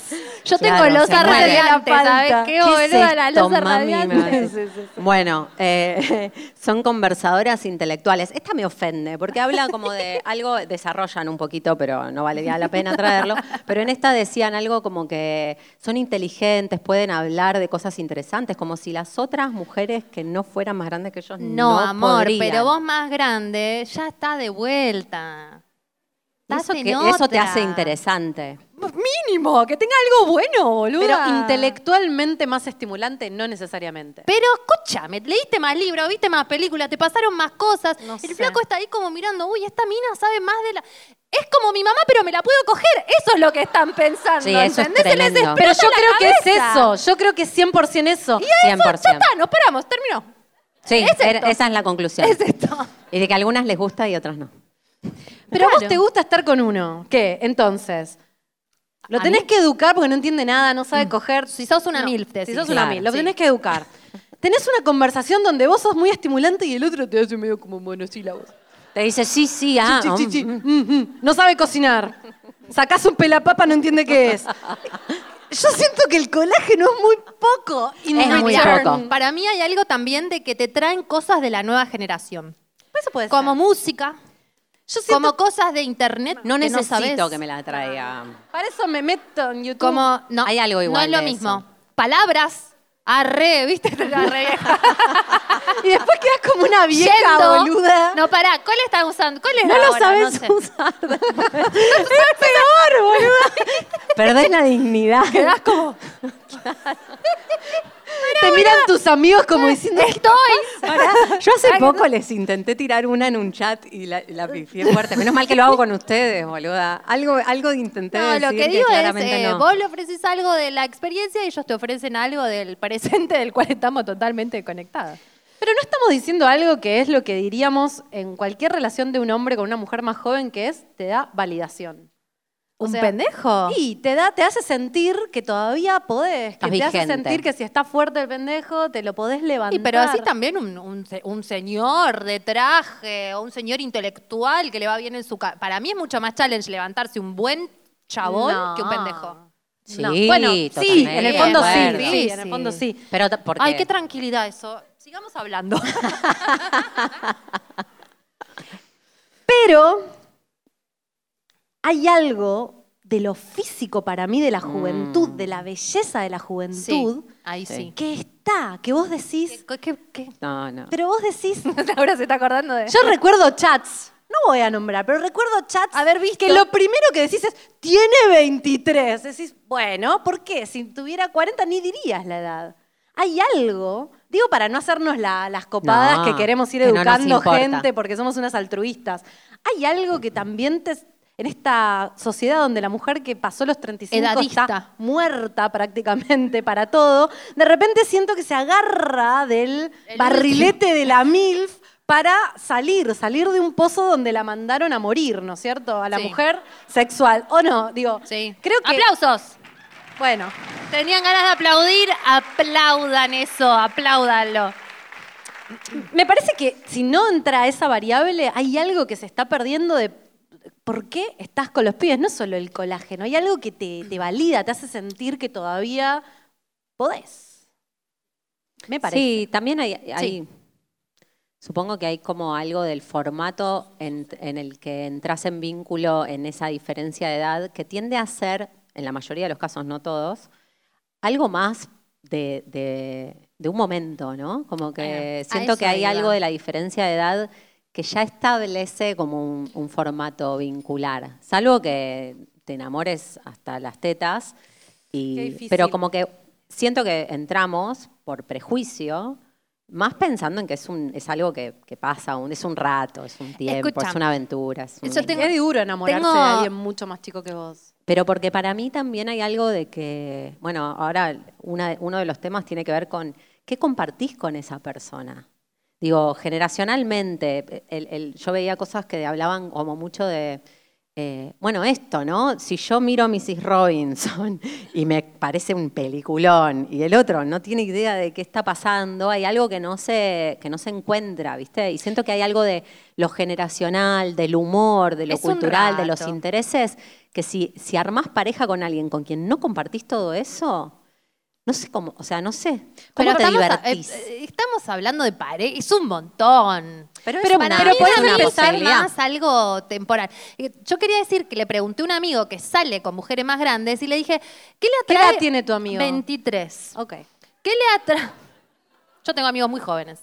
S1: Yo tengo
S4: Claro, se
S1: losa
S4: muere.
S1: radiante,
S2: La palta.
S1: ¿sabes
S2: ¿Qué
S1: qué,
S4: es
S1: boluda? la
S4: esto,
S1: losa
S4: mami?
S1: radiante.
S4: Me maté.
S2: Sí, sí,
S4: Bueno, eh, son conversadoras intelectuales. Esta me ofende, porque habla como de algo, desarrollan un poquito, pero no valería la pena traerlo. Pero en esta decían algo como que son inteligentes, pueden hablar de cosas interesantes, como si las otras mujeres que no fueran más grandes que ellos
S1: No,
S4: no,
S1: amor,
S4: podrían.
S1: pero vos más grande ya está de vuelta.
S4: Y
S1: Estás
S4: Eso,
S1: en
S4: que- eso te
S1: otra.
S4: hace interesante.
S1: Mínimo, que tenga algo bueno, boluda.
S2: Pero intelectualmente más estimulante, no necesariamente.
S1: Pero escúchame, leíste más libros, viste más películas, te pasaron más cosas. el
S2: sé.
S1: flaco está ahí como mirando, uy, esta mina sabe más de la. Es como mi mamá, pero me la puedo coger. Eso es lo que están pensando.
S4: Sí, eso es
S1: ¿entendés? Se les
S4: tremendo.
S1: explota
S2: yo
S1: la
S2: creo que es
S1: cabeza.
S2: eso, yo creo que es 100% eso.
S1: Y a eso,
S4: 100%.
S1: ya está, nos paramos, terminó.
S4: Sí,
S1: Es
S4: era-
S1: esto.
S4: esa es la conclusión.
S1: Es esto.
S4: Y de que a algunas les gusta y otras no.
S2: Pero a vos
S1: Claro.
S2: te gusta estar con uno. ¿Qué? Entonces, lo
S1: ¿A
S2: tenés
S1: mí?
S2: que educar porque no entiende nada, no sabe coger.
S1: Si sos una
S2: Mm. No,
S1: milf,
S2: Si
S1: decís.
S2: sos una
S4: Claro,
S2: mil, lo
S4: sí.
S2: tenés que educar. Tenés una conversación donde vos sos muy estimulante y el otro te hace medio como monosílabos.
S4: Te dice, sí, sí, ah.
S2: Chi, chi,
S4: mm,
S2: chi,
S4: mm.
S2: mm, mm. No sabe cocinar. Sacás un pelapapa, no entiende qué es. Yo siento que el colágeno es muy poco. Y
S4: Es muy
S1: Return.
S4: poco.
S1: Para mí hay algo también de que te traen cosas de la nueva generación.
S2: Eso puede
S1: Como música,
S2: Yo siento-
S1: como cosas de internet.
S4: No
S1: que
S4: necesito
S1: sabés.
S4: que me la traiga.
S2: Para eso me meto en YouTube.
S1: Como, no,
S4: Hay algo igual
S1: No es lo
S4: de
S1: mismo.
S4: eso.
S1: Palabras, arre, ¿viste? Arre, vieja.
S2: Y después quedas como una vieja
S1: Yendo.
S2: boluda.
S1: No, pará, ¿cuál están usando? ¿Cuál es
S4: No
S1: la
S4: lo
S1: hora?
S4: sabes
S1: sé.
S4: usar.
S2: es peor, boluda.
S4: Perdés la dignidad.
S2: Quedás como. Te miran tus amigos como diciendo.
S1: Estoy.
S4: Pará, Yo hace poco les intenté tirar una en un chat y la, la pifié fuerte. Menos mal que lo hago con ustedes, boluda. Algo, algo intenté
S1: No,
S4: decir
S1: lo que digo es,
S4: claramente
S1: eh,
S4: no.
S1: vos le ofrecés algo de la experiencia y ellos te ofrecen algo del presente del cual estamos totalmente conectados.
S2: Pero no estamos diciendo algo que es lo que diríamos en cualquier relación de un hombre con una mujer más joven, que es te da validación. O
S1: ¿Un
S2: sea,
S1: pendejo?
S2: Y te da, te hace sentir que todavía podés, que
S4: Estás
S2: te hace
S4: vigente.
S2: sentir que si está fuerte el pendejo, te lo podés levantar.
S1: Y pero así también un, un se- un señor de traje o un señor intelectual que le va bien en su... ca- Para mí es mucho más challenge levantarse un buen chabón
S2: No.
S1: que un pendejo.
S4: Sí,
S2: No. Bueno, sí,
S4: totalmente,
S2: en el fondo
S4: de
S2: sí,
S4: acuerdo.
S1: bueno.
S2: sí, en el fondo sí.
S4: Pero t- porque
S1: Ay, qué tranquilidad eso. Sigamos hablando.
S2: Pero hay algo de lo físico para mí, de la juventud, de la belleza de la juventud,
S1: Ahí Mm. sí.
S2: que está, que vos decís,
S1: ¿Qué- qué- qué?
S4: No, no.
S2: pero vos decís,
S1: Ahora se está acordando de...
S2: yo recuerdo chats, no voy a nombrar, pero recuerdo chats
S1: Haber visto.
S2: que lo primero que decís es, tiene 23, decís, bueno, ¿por qué? Si tuviera 40 ni dirías la edad. Hay algo, digo para no hacernos la- las copadas
S4: No,
S2: que queremos ir
S4: que no nos
S2: educando
S4: importa.
S2: gente porque somos unas altruistas. Hay algo que también te, en esta sociedad donde la mujer que pasó los 35
S1: Edadista.
S2: está muerta prácticamente para todo, de repente siento que se agarra del
S1: El
S2: barrilete de la MILF para salir, salir de un pozo donde la mandaron a morir, ¿no es cierto? A la
S1: Sí.
S2: mujer sexual. O no, digo,
S1: Sí.
S2: creo que...
S1: ¡Aplausos!
S2: Bueno,
S1: Tenían ganas de aplaudir, aplaudan eso, apláudanlo.
S2: me parece que si no entra esa variable, hay algo que se está perdiendo de por qué estás con los pibes, no solo el colágeno, hay algo que te, te valida, te hace sentir que todavía podés. Me parece.
S4: Sí, también hay, hay- Supongo que hay como algo del formato en, en el que entras en vínculo en esa diferencia de edad que tiende a ser, en la mayoría de los casos, no todos, algo más de, de- de un momento, ¿no? Como que
S1: Bueno, a
S4: siento que
S1: eso
S4: hay
S1: iba.
S4: algo de la diferencia de edad que ya establece como un, un formato vincular, salvo que te enamores hasta las tetas, y-
S2: Qué difícil.
S4: pero como que siento que entramos por prejuicio, más pensando en que es, un, es algo que, que pasa, un- es un rato, es un tiempo,
S1: Escucha.
S4: es una aventura. es un-
S1: Eso tengo-
S2: Es duro enamorarse
S1: tengo-
S2: de alguien mucho más chico que vos.
S4: Pero porque para mí también hay algo de que, bueno, ahora una- uno de los temas tiene que ver con qué compartís con esa persona. Digo, generacionalmente, el- el- yo veía cosas que hablaban como mucho de, eh, bueno, esto, ¿no? Si yo miro Mrs. Robinson y me parece un peliculón y el otro no tiene idea de qué está pasando, hay algo que no se, que no se encuentra, ¿viste? Y siento que hay algo de lo generacional, del humor, de lo
S1: Es un
S4: cultural, de los
S1: rato.
S4: intereses, que si, si armás pareja con alguien con quien no compartís todo eso, no sé cómo, o sea, no sé, cómo te
S1: estamos, a-
S4: divertís.
S1: eh, eh, estamos hablando de pared, es un montón.
S4: Pero es
S1: pero,
S4: una-
S1: para mí
S4: pero
S1: debe
S4: podés
S1: empezar
S4: posibilidad.
S1: más algo temporal. Eh, Yo quería decir que le pregunté a un amigo que sale con mujeres más grandes y le dije, ¿qué le
S2: ¿Qué
S1: atrae?
S2: edad tiene tu amigo?
S1: 23.
S2: Ok.
S1: ¿Qué le atrae? Yo tengo amigos muy jóvenes.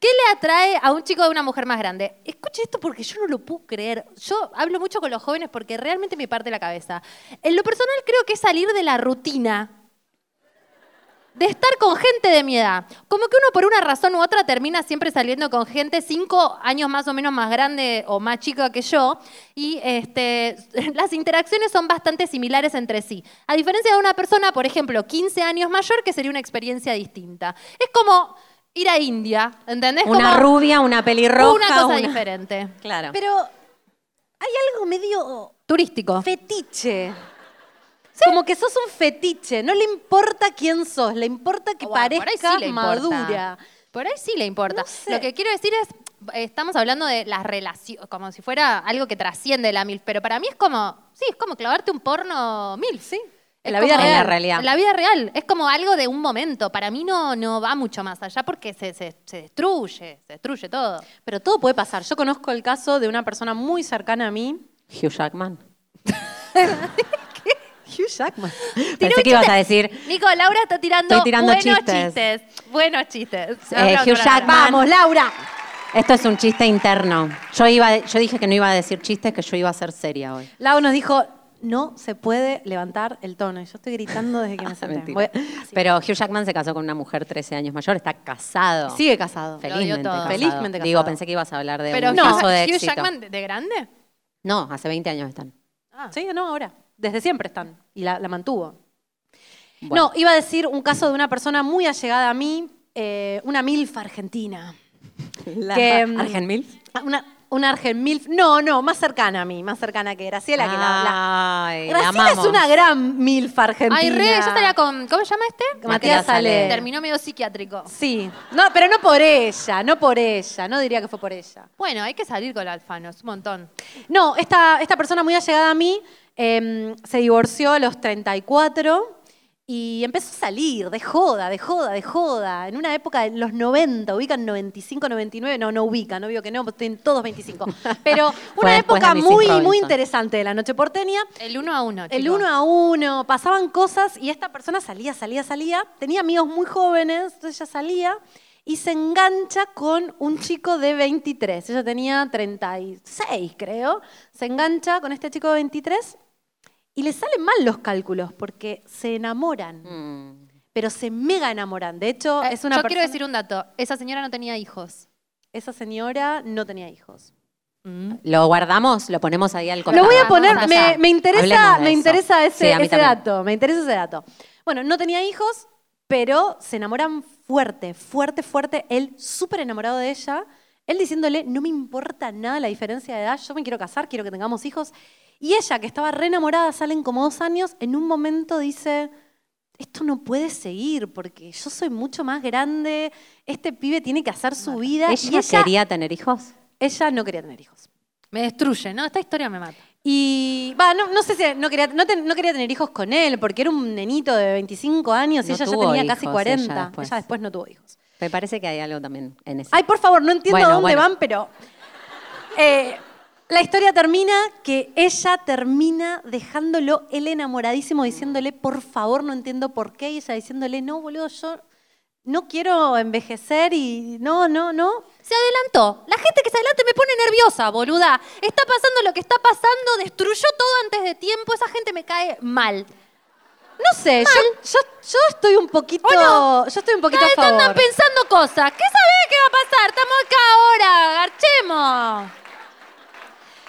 S1: ¿Qué le atrae a un chico de una mujer más grande? Escuche esto porque yo no lo puedo creer. Yo hablo mucho con los jóvenes porque realmente me parte la cabeza. En lo personal creo que es salir de la rutina. De estar con gente de mi edad. Como que uno por una razón u otra termina siempre saliendo con gente cinco años más o menos más grande o más chica que yo. Y este, las interacciones son bastante similares entre sí. A diferencia de una persona, por ejemplo, 15 años mayor, que sería una experiencia distinta. Es como ir a India, ¿entendés?
S4: Una
S1: Como
S4: rubia, una pelirroja.
S1: una cosa
S4: una-
S1: diferente.
S4: Claro.
S2: Pero hay algo medio
S1: Turístico.
S2: fetiche. Como que sos un fetiche, no le importa quién sos, le importa que
S1: Bueno, por ahí
S2: parezca
S1: sí le importa.
S2: madura.
S1: Por ahí sí le importa.
S2: No sé.
S1: Lo que quiero decir es, estamos hablando de las relaciones, como si fuera algo que trasciende la MILF, pero para mí es como, sí, es como clavarte un porno MILF. Sí.
S4: En la vida real. En la realidad.
S1: En la vida real. Es como algo de un momento. Para mí no, no va mucho más allá porque se, se, se destruye, se destruye todo.
S2: Pero todo puede pasar. Yo conozco el caso de una persona muy cercana a mí.
S4: Hugh Jackman.
S2: Hugh Jackman.
S1: Tiró
S4: Pensé
S1: un
S4: que ibas
S1: chiste.
S4: a decir
S1: Nico, Laura está tirando,
S4: Estoy tirando
S1: buenos
S4: chistes.
S1: chistes. Buenos chistes.
S4: eh,
S1: Aplausos,
S4: Hugh
S1: Laura.
S4: Jackman.
S2: ¡Vamos, Laura!
S4: Esto es un chiste interno. Yo, iba, yo dije que no iba a decir chistes, que yo iba a ser seria hoy.
S2: Lau nos dijo, no se puede levantar el tono. Y Yo estoy gritando desde que me senté.
S4: Mentira.
S2: Voy-
S4: Pero Hugh Jackman se casó con una mujer 13 años mayor, está casado.
S2: Sigue casado.
S1: Lo
S4: Felizmente
S1: dio todo.
S4: casado.
S2: Felizmente casado.
S4: Digo, pensé que ibas a hablar de
S1: Pero
S4: un
S1: Hugh,
S4: caso de
S1: Hugh
S4: éxito.
S1: Jackman, ¿de- ¿de grande?
S4: No, hace 20 años están.
S2: Ah, Sí, no, ahora. Desde siempre están. Y la, la mantuvo.
S4: Bueno.
S2: No, iba a decir un caso de una persona muy allegada a mí, eh, una MILF argentina. Que, mm,
S4: ¿Argenmil?
S2: Ah, Una, una Argen MILF. No, no, más cercana a mí, más cercana que Graciela, que la- la,
S4: Ay, Ah, la
S2: Graciela es
S4: amamos.
S2: una gran MILF argentina.
S1: Ay, re, yo estaría con. ¿Cómo se llama este?
S2: Matías Ale.
S1: Terminó medio psiquiátrico.
S2: Sí. No, pero no por ella, no por ella. No diría que fue por ella.
S1: Bueno, hay que salir con Alfano, es un montón.
S2: No, esta, esta persona muy allegada a mí em, se divorció a los 34 y empezó a salir de joda, de joda, de joda. En una época de los 90, ubican 95, 99, no, no ubican, no veo que no, porque tienen todos 25. Pero una
S4: después de
S2: época
S4: Mrs.
S2: muy,
S4: Robinson.
S2: muy interesante de la noche porteña.
S1: El uno a uno.
S2: El
S1: chicos.
S2: uno a uno, pasaban cosas y esta persona salía, salía, salía. Tenía amigos muy jóvenes, entonces ella salía y se engancha con un chico de 23. Ella tenía 36, creo. Se engancha con este chico de 23 y le salen mal los cálculos porque se enamoran,
S4: Mm.
S2: pero se mega enamoran. De hecho,
S1: Eh,
S2: es una
S1: Yo
S2: persona-
S1: quiero decir un dato. Esa señora no tenía hijos.
S2: Esa señora no tenía hijos.
S1: Mm.
S4: Lo guardamos, lo ponemos ahí al
S2: Lo
S4: costado.
S2: voy a
S1: Vamos
S2: poner,
S1: allá.
S2: me, me interesa,
S4: Hablemos de
S2: me
S4: eso.
S2: interesa ese,
S4: Sí, a mí
S2: ese
S4: también.
S2: dato, me interesa ese dato. Bueno, no tenía hijos, pero se enamoran fuerte, fuerte, fuerte. Él súper enamorado de ella, él diciéndole, no me importa nada la diferencia de edad, yo me quiero casar, quiero que tengamos hijos. Y ella, que estaba re enamorada, salen como dos años, en un momento dice, esto no puede seguir porque yo soy mucho más grande, este pibe tiene que hacer su vida.
S4: ¿Ella,
S2: y ella,
S4: quería tener hijos?
S2: ella no quería tener hijos.
S1: Me destruye, ¿no? Esta historia me mata.
S2: Y va, no, no sé si no quería, no, ten- no quería tener hijos con él, porque era un nenito de 25 años y
S4: No
S2: ella ya
S4: tuvo
S2: tenía
S4: hijos,
S2: casi
S4: ella
S2: 40. Ella
S4: después.
S2: después. no tuvo hijos.
S4: Me parece que hay algo también en eso.
S2: Ay, por favor, no entiendo
S4: Bueno,
S2: a dónde
S4: bueno.
S2: van, pero. eh, la historia termina que ella termina dejándolo él enamoradísimo, diciéndole, por favor, no entiendo por qué. Y ella diciéndole, no, boludo, yo no quiero envejecer y no, no, no.
S1: Se adelantó. La gente que se adelante me pone nerviosa, boluda. Está pasando lo que está pasando, destruyó todo antes de tiempo. Esa gente me cae mal.
S2: No sé, yo, yo, yo estoy un poquito.
S1: ¿O no?
S2: Yo estoy un poquito
S1: Cada
S2: a
S1: vez
S2: favor.
S1: andan pensando cosas. ¿Qué sabés que va a pasar? Estamos acá ahora. Garchemos.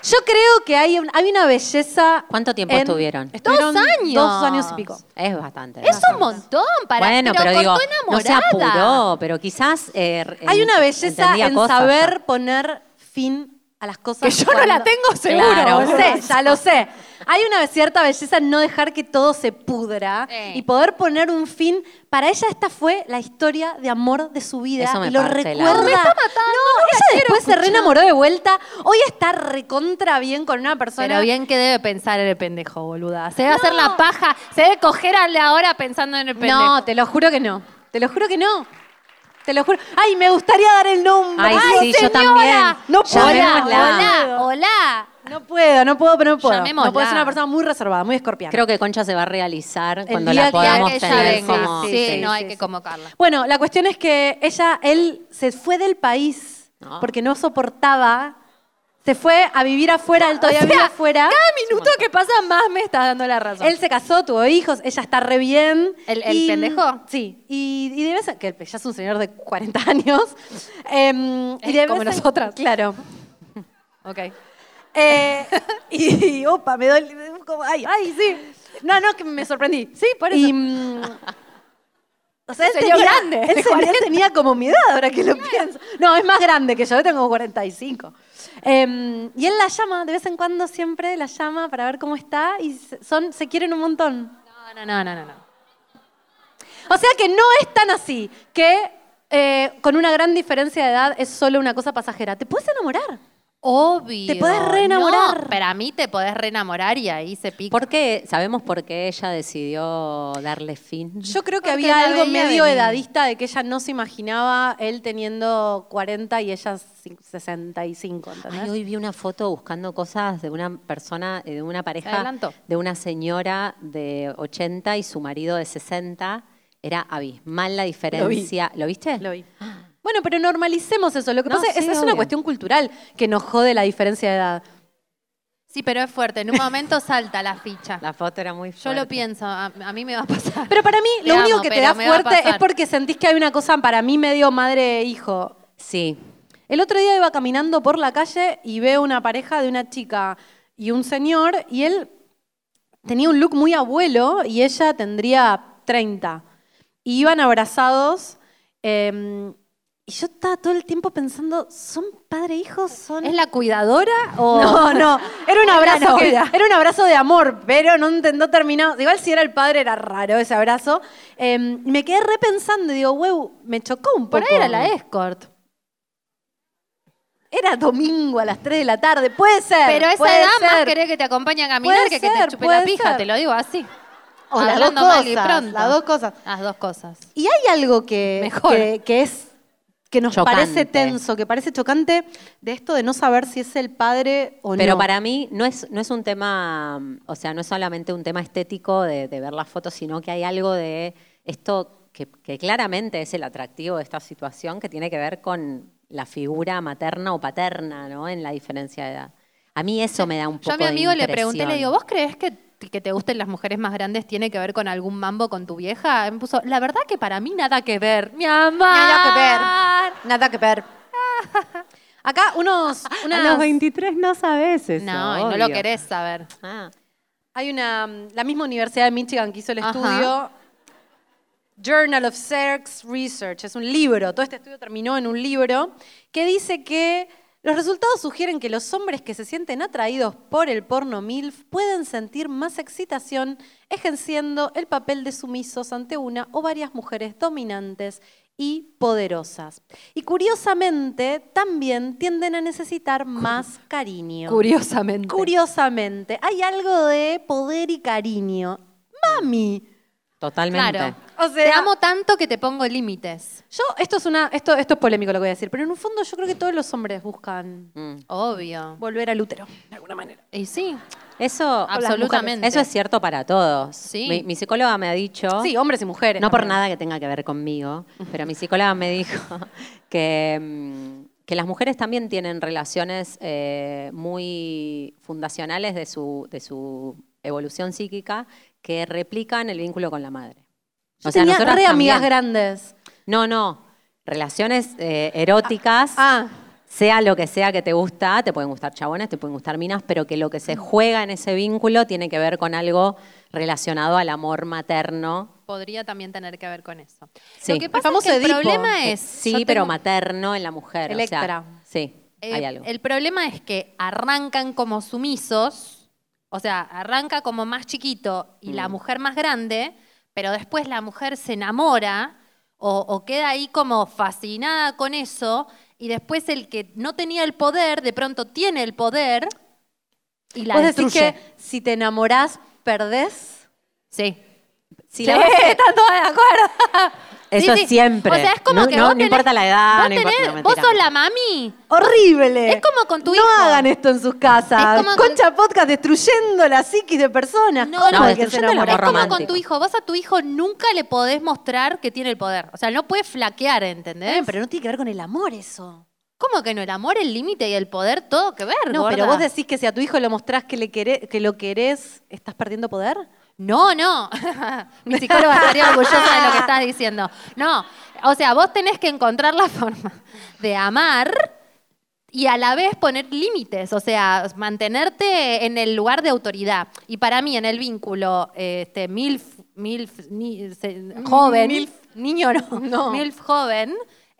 S2: Yo creo que hay, un- hay una belleza.
S4: ¿Cuánto tiempo estuvieron?
S2: estuvieron
S1: Dos años.
S2: Dos años y pico.
S4: Es bastante.
S1: Es
S4: bastante.
S1: un montón para
S4: bueno, pero,
S1: cortó
S4: digo, no se
S1: enamorada.
S4: apuró, pero quizás... eh, re-
S2: Hay una belleza
S4: entendía
S2: en
S4: cosas.
S2: saber poner fin a las cosas.
S1: Que yo no la tengo seguro,
S2: Claro,
S1: boludo.
S2: sé, ya lo sé. Hay una cierta belleza en no dejar que todo se pudra
S1: Eh.
S2: y poder poner un fin. Para ella esta fue la historia de amor de su vida
S4: Eso me
S2: y lo
S4: parte,
S2: recuerda.
S4: Laura. Me está
S2: no, ella después se reenamoró de vuelta. Hoy está recontra bien con una persona.
S1: Pero bien que debe pensar en el pendejo, boluda. Se debe hacer
S2: No.
S1: la paja, se debe coger a la hora pensando en el pendejo.
S2: No, te lo juro que no. Te lo juro que no. Te lo juro. Ay, me gustaría dar el nombre.
S4: Ay, sí, yo también.
S2: No puedo.
S1: hola,
S4: Llamémosla.
S1: hola, hola.
S2: No puedo, no puedo, pero no puedo.
S1: Llamémosla.
S2: No puedo ser una persona muy reservada, muy escorpiana.
S4: Creo que Concha se va a realizar cuando
S2: día
S4: la
S2: que
S4: podamos
S1: Ya que ella
S4: tener
S1: venga.
S4: como...
S1: sí,
S2: sí,
S1: no
S2: sí,
S1: hay
S2: sí.
S1: que convocarla.
S2: Bueno, la cuestión es que ella, él se fue del país
S4: No.
S2: porque no soportaba. Se fue a vivir afuera, él todavía
S1: O sea,
S2: vive afuera.
S1: Cada minuto que pasa más me estás dando la razón.
S2: Él se casó, tuvo hijos, ella está re bien.
S1: ¿El- el pendejo?
S2: Sí. Y, y de vez en- que ya es un señor de 40 años. Em, y
S1: Es
S2: de
S1: como
S2: vez en-
S1: nosotras.
S2: Claro.
S1: ok.
S2: Eh, y, y, opa, me doy. como, ay, ay, sí. No, no, que me sorprendí. Sí, por eso. o sea, él
S1: mm, Señor
S2: tenía,
S1: grande,
S2: él
S1: de
S2: se- él tenía como mi edad, ahora que lo pienso. No, es más grande que yo, yo tengo 45. Eh, y él la llama, de vez en cuando siempre la llama para ver cómo está y se- son, se quieren un montón.
S1: No, no, no, no, no. no.
S2: O sea que no es tan así que eh, con una gran diferencia de edad es solo una cosa pasajera. Te puedes enamorar.
S1: Obvio.
S2: Te podés reenamorar.
S1: No, para mí te podés reenamorar y ahí se pica.
S4: ¿Por qué? ¿Sabemos por qué ella decidió darle fin?
S2: Yo creo que
S1: Porque
S2: había
S1: la
S2: algo
S1: veía
S2: medio
S1: venir.
S2: edadista de que ella no se imaginaba él teniendo 40 y ella cin- 65, ¿entendés?
S4: Ay, hoy vi una foto buscando cosas de una persona, eh, de una pareja,
S1: adelantó.
S4: de una señora de 80 y su marido de 60. Era abismal la diferencia. ¿Lo, viste?
S2: Lo vi.
S1: Ah.
S2: Bueno, pero normalicemos eso. Lo que
S4: No,
S2: pasa es
S4: sí,
S2: es una
S4: obvio.
S2: cuestión cultural que nos jode la diferencia de edad.
S1: Sí, pero es fuerte. En un momento salta la ficha.
S4: La foto era muy
S1: Yo
S4: fuerte.
S1: lo pienso. A, a mí me va a pasar.
S2: Pero para mí,
S1: Te
S2: lo
S1: amo,
S2: único que te
S1: pero
S2: da
S1: me va a
S2: fuerte es
S1: pasar.
S2: porque sentís que hay una cosa para mí medio e madre-hijo.
S4: Sí.
S2: El otro día iba caminando por la calle y veo una pareja de una chica y un señor, y él tenía un look muy abuelo y ella tendría 30. Y iban abrazados. eh, y yo estaba todo el tiempo pensando, ¿son padre e hijo? ¿Son...
S1: ¿Es la cuidadora o.?
S2: No, no. Era un abrazo, que-
S1: novia.
S2: era un abrazo de amor, pero no, enten- no terminó. Igual si era el padre era raro ese abrazo. Eh, me quedé repensando y digo, wow, me chocó un poco.
S1: Por ahí era la escort.
S2: Era domingo a las 3 de la tarde, puede ser.
S1: Pero a esa
S2: puede
S1: edad más
S2: ser.
S1: querés que te acompañe a caminar
S2: Puede
S1: que que
S2: ser,
S1: te chupe la
S2: puede
S1: pija,
S2: ser.
S1: te lo digo así.
S2: O las dos
S1: Hablando
S2: cosas,
S1: mal y pronto.
S2: las dos cosas.
S1: Las dos cosas.
S2: Y hay algo que,
S1: Mejor.
S2: que, que es que nos
S4: Chocante.
S2: parece tenso, que parece chocante de esto de no saber si es el padre o
S4: Pero
S2: no.
S4: para mí no es, no es un tema, mm, o sea, no es solamente un tema estético de, de ver las fotos, sino que hay algo de esto que, que claramente es el atractivo de esta situación que tiene que ver con la figura materna o paterna, ¿no? En la diferencia de edad. A mí eso me da un poco
S1: Yo a mi amigo
S4: de
S1: le pregunté, le
S4: impresión.
S1: digo, ¿vos crees que, que te gusten las mujeres más grandes tiene que ver con algún mambo con tu vieja? Y me puso, la verdad que para mí nada que ver. Mi amor.
S2: Nada que ver. Nada que ver. Acá unos,
S4: A
S2: unas-
S4: los 23 no sabes eso.
S1: No, y no
S4: obvio.
S1: lo querés saber.
S4: Ah,
S2: hay una mm, la misma Universidad de Michigan que hizo el
S1: Ajá.
S2: estudio Journal of Sex Research, es un libro, todo este estudio terminó en un libro que dice que los resultados sugieren que los hombres que se sienten atraídos por el porno MILF pueden sentir más excitación ejerciendo el papel de sumisos ante una o varias mujeres dominantes y poderosas. Y curiosamente, también tienden a necesitar más cariño.
S1: Curiosamente.
S2: Curiosamente, hay algo de poder y cariño. Mami.
S4: totalmente.
S1: Claro.
S2: O
S1: Te
S2: sea,
S1: amo tanto que te pongo límites.
S2: yo esto es una esto esto es polémico lo que voy a decir, pero en un fondo yo creo que todos los hombres buscan
S4: Mm.
S1: Obvio.
S2: volver al útero de alguna manera.
S1: Y sí,
S4: Eso,
S1: Absolutamente.
S4: Eso es cierto para todos.
S1: Sí.
S4: Mi, mi psicóloga me ha dicho.
S2: Sí, hombres y mujeres.
S4: No por
S2: también.
S4: nada que tenga que ver conmigo, pero mi psicóloga me dijo que, mm, que las mujeres también tienen relaciones eh, muy fundacionales de su, de su evolución psíquica que replican el vínculo con la madre.
S2: Yo tenía
S4: nosotras
S2: re amigas
S4: también.
S2: grandes.
S4: No, no. Relaciones eh, eróticas,
S2: Ah,
S4: sea lo que sea que te gusta, te pueden gustar chabones, te pueden gustar minas, pero que lo que se juega en ese vínculo tiene que ver con algo relacionado al amor materno
S1: podría también tener que ver con eso.
S4: Sí.
S1: Lo que
S4: El
S1: pasa es
S2: famoso
S1: que el
S2: Edipo.
S1: problema
S4: Eh,
S1: es.
S4: Sí,
S1: yo
S4: pero
S1: tengo-
S4: materno en la mujer. O
S2: Electra.
S4: sea, sí,
S1: Eh,
S4: hay algo.
S1: El problema es que arrancan como sumisos, o sea, arranca como más chiquito y
S4: Mm.
S1: la mujer más grande, pero después la mujer se enamora o, o queda ahí como fascinada con eso y después el que no tenía el poder, de pronto tiene el poder y la
S2: vos decís
S1: destruye.
S2: que si te enamorás perdés.
S1: Sí.
S4: Sí, la verdad es que
S2: Está toda de acuerdo.
S4: eso
S1: Sí, sí.
S4: siempre.
S1: O sea, es como
S4: no,
S1: que
S4: no-
S1: vos
S4: no
S1: tenés-
S4: importa la edad,
S1: vos
S4: Ah, no importa-
S1: tenés-
S4: no,
S1: vos
S4: mentira.
S1: sos la mami.
S2: Horrible.
S1: Es como con tu
S2: no
S1: hijo.
S2: hagan esto en sus casas.
S1: Es como con-
S2: Concha podcast destruyendo la psiquis de personas.
S1: No,
S2: ¿Cómo
S1: no,
S2: hay que se
S4: destruyendo la
S2: enamora?
S1: Es como con
S4: romántico.
S1: tu hijo. Vos a tu hijo nunca le podés mostrar que tiene el poder. O sea, no puede flaquear, ¿entendés?
S2: ¿eh? Pero no tiene que ver con el amor eso.
S1: ¿Cómo que no? El amor, el límite y el poder, todo que ver,
S2: No, pero
S1: gorda.
S2: vos decís que si a tu hijo le mostrás que, le queré- que lo querés, ¿estás perdiendo poder?
S1: No, no. Mi psicóloga estaría orgullosa de lo que estás diciendo. No. O sea, vos tenés que encontrar la forma de amar y a la vez poner límites. O sea, mantenerte en el lugar de autoridad. Y para mí, en el vínculo, eh, este, MILF, MILF, ni- se- joven.
S2: MILF.
S1: niño no.
S2: No.
S1: MILF joven.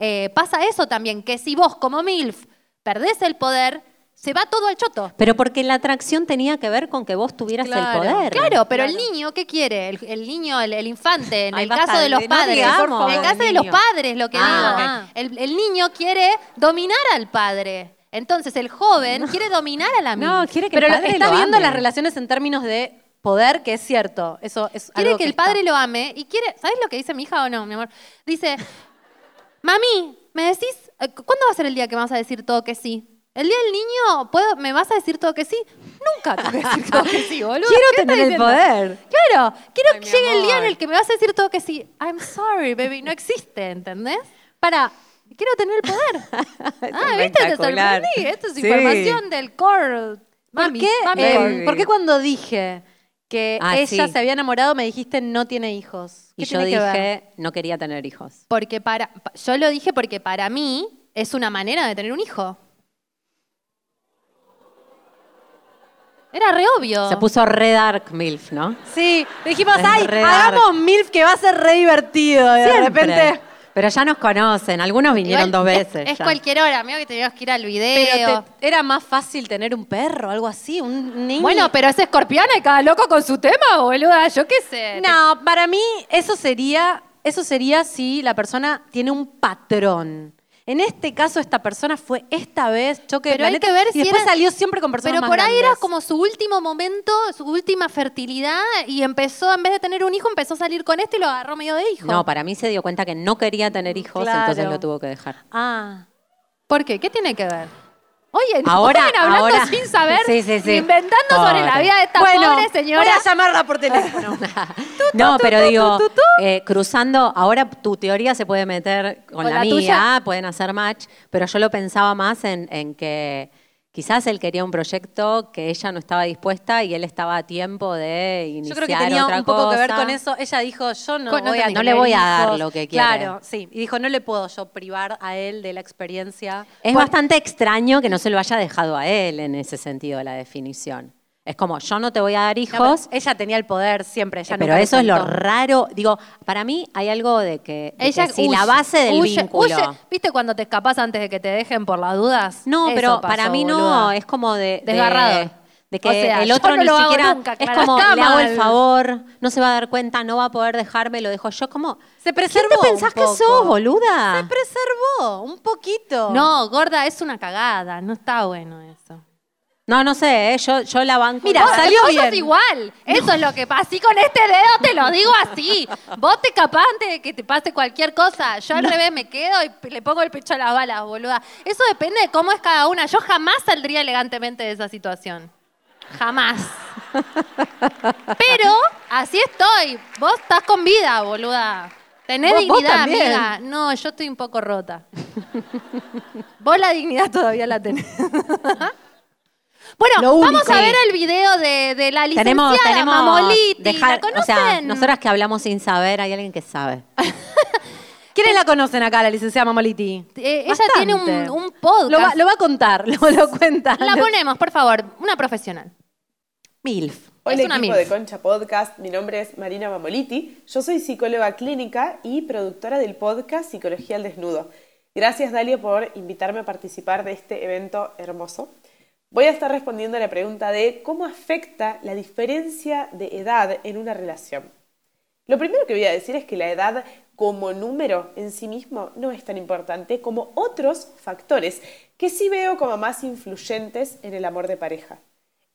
S1: eh, pasa eso también, que si vos como MILF perdés el poder, Se va todo al choto.
S4: Pero porque la atracción tenía que ver con que vos tuvieras
S2: Claro.
S4: el poder.
S1: Claro, pero el niño, ¿qué quiere? El, el niño, el, el infante, en
S2: Ay,
S1: el
S2: basta
S1: caso de
S2: de-
S1: los
S2: no
S1: padres.
S2: digamos, por
S1: en el
S2: favor,
S1: caso de los
S2: niño.
S1: padres, lo que
S2: Ah,
S1: digo. El, el niño quiere dominar al padre. Entonces el joven quiere dominar a la
S4: No,
S1: mina.
S4: quiere que
S2: Pero
S4: el
S2: lo-
S4: padre
S2: está
S4: lo
S2: viendo
S4: ame.
S2: las relaciones en términos de poder, que es cierto. Eso es
S1: Quiere
S2: algo
S1: que el
S2: está-
S1: padre lo ame y quiere. ¿Sabes lo que dice mi hija o no, mi amor? Dice: Mami, ¿me decís eh, cu- cuándo va a ser el día que me vas a decir todo que sí? ¿El día del niño ¿puedo, me vas a decir todo que sí? Nunca te voy a decir todo que sí, boludo.
S4: Quiero
S1: ¿Qué
S4: tener
S1: estás
S4: el
S1: diciendo?
S4: poder.
S1: Claro, quiero
S2: Ay,
S1: que
S2: mi
S1: llegue el día en
S2: amor.
S1: el que me vas a decir todo que sí. I'm sorry, baby, no existe, ¿entendés? Para, quiero tener el poder. ah, ¿viste? Te
S2: espectacular.
S1: sorprendí. Esto es
S2: Sí.
S1: información del core.
S2: ¿Por,
S1: Mami,
S2: qué,
S1: mami
S2: eh,
S1: core.
S2: ¿Por qué cuando dije que
S4: Ah,
S2: ella
S4: sí.
S2: se había enamorado me dijiste no tiene hijos? ¿Qué
S4: Y yo
S2: tiene que ver?
S4: dije, no quería tener hijos.
S1: Porque para, pa- yo lo dije porque para mí es una manera de tener un hijo. Era re obvio.
S4: Se puso re dark MILF, ¿no?
S2: Sí, dijimos,
S4: Es
S2: ay,
S4: re
S2: hagamos MILF que va a ser re divertido. De
S4: Siempre.
S2: repente.
S4: Pero ya nos conocen, algunos vinieron
S1: Igual
S4: dos
S1: es-
S4: veces.
S1: Es,
S4: ya.
S1: cualquier hora, amigo, que teníamos que ir al video.
S2: Pero te- era más fácil tener un perro, algo así, un niño.
S1: Bueno, pero es escorpiana y cada loco con su tema, boluda. Yo qué sé.
S2: No, para mí eso sería, eso sería si la persona tiene un patrón. En este caso, esta persona fue esta vez choque de
S1: Pero hay
S2: planetas,
S1: que ver
S2: y
S1: si
S2: después
S1: era-
S2: salió siempre con personas
S1: Pero
S2: más
S1: por ahí era
S2: grandes.
S1: como su último momento, su última fertilidad y empezó, en vez de tener un hijo, empezó a salir con este y lo agarró medio de hijo.
S4: No, para mí se dio cuenta que no quería tener hijos,
S2: Claro.
S4: entonces lo tuvo que dejar.
S2: Ah,
S1: ¿Por qué? ¿Qué tiene que ver? Oye, no
S4: Ahora,
S1: pueden hablando
S4: ahora.
S1: sin saber,
S4: Sí, sí, sí.
S1: inventando sobre la
S4: Pobre.
S1: vida de esta
S2: bueno,
S1: pobre señora.
S2: voy a llamarla por teléfono.
S4: no, pero digo, eh, cruzando, ahora tu teoría se puede meter con,
S1: ¿Con
S4: la,
S1: la
S4: mía,
S1: tuya?
S4: pueden hacer match, pero yo lo pensaba más en, en que quizás él quería un proyecto que ella no estaba dispuesta y él estaba a tiempo de
S2: Yo
S4: iniciar
S2: creo que tenía
S4: otra
S2: un poco que ver
S4: cosa.
S2: con eso. Ella dijo, yo no,
S1: Con- no
S2: voy a
S1: entendí.
S4: No le
S2: tener
S4: voy a dar
S2: hijos.
S4: lo que quiere.
S2: Claro, sí. Y dijo, no le puedo yo privar a él de la experiencia.
S4: Es
S2: Por-
S4: bastante extraño que no se lo haya dejado a él en ese sentido la definición. Es como, yo no te voy a dar
S2: No, pero
S4: hijos, Eh,
S2: ella tenía el poder siempre. Ella
S4: pero
S2: nunca
S4: eso es lo
S2: soltó.
S4: raro. Digo, para mí hay algo de que, de
S1: Ella
S4: que si
S1: huye,
S4: la base del
S1: huye,
S4: vínculo...
S1: huye. ¿Viste cuando te escapas antes de que te dejen por las dudas?
S4: No,
S1: Eso pasó,
S4: pero para mí no,
S1: boluda.
S4: es como de... de-
S1: Desgarrado.
S4: De que
S1: O sea,
S4: el
S1: yo
S4: otro
S1: no
S4: ni
S1: lo hago
S4: siquiera...
S1: nunca,
S4: es
S1: claro.
S4: como,
S1: Está
S4: le hago
S1: mal.
S4: el favor, no se va a dar cuenta, no va a poder dejarme, lo dejo yo. como
S2: Se
S4: ¿Quién
S2: preservó.
S4: te
S2: un
S4: pensás que
S2: poco.
S4: sos, boluda?
S2: Se preservó un poquito.
S1: No, gorda, es una cagada. No está bueno eso.
S4: no, no sé, eh, yo, yo la banco.
S1: Mira,
S4: Vos-
S1: salió
S2: salió
S1: vos sos
S2: bien.
S1: igual. Eso es lo que pasa. Así con este dedo te lo digo así. Vos te capaz antes de que te pase cualquier cosa. Yo al revés me quedo y p- le pongo el pecho a las balas, boluda. Eso depende de cómo es cada una. Yo jamás saldría elegantemente de esa situación. Jamás. Pero así estoy. Vos estás con vida, boluda. Tenés
S2: Vos- vos
S1: dignidad,
S2: también.
S1: amiga. No, yo estoy un poco rota. vos la dignidad todavía la tenés. Bueno,
S2: Lo único.
S1: vamos a ver el video de, de la licenciada
S4: tenemos, tenemos
S1: Mamoliti.
S4: dejar-
S1: ¿La conocen?
S4: o sea, nosotras que hablamos sin saber, hay alguien que sabe.
S2: ¿Quiénes la conocen acá, la licenciada Mamoliti?
S1: Eh, ella tiene un-
S2: Bastante.
S1: un podcast.
S2: Lo va, lo va a contar, lo, lo cuenta.
S1: La ponemos, por favor, una profesional.
S4: MILF.
S1: Es
S6: Hola
S1: una
S6: equipo
S1: MILF.
S6: de Concha Podcast, mi nombre es Marina Mamoliti, yo soy psicóloga clínica y productora del podcast Psicología al Desnudo. Gracias Dalia por invitarme a participar de este evento hermoso. Voy a estar respondiendo a la pregunta de cómo afecta la diferencia de edad en una relación. Lo primero que voy a decir es que la edad como número en sí mismo no es tan importante como otros factores que sí veo como más influyentes en el amor de pareja.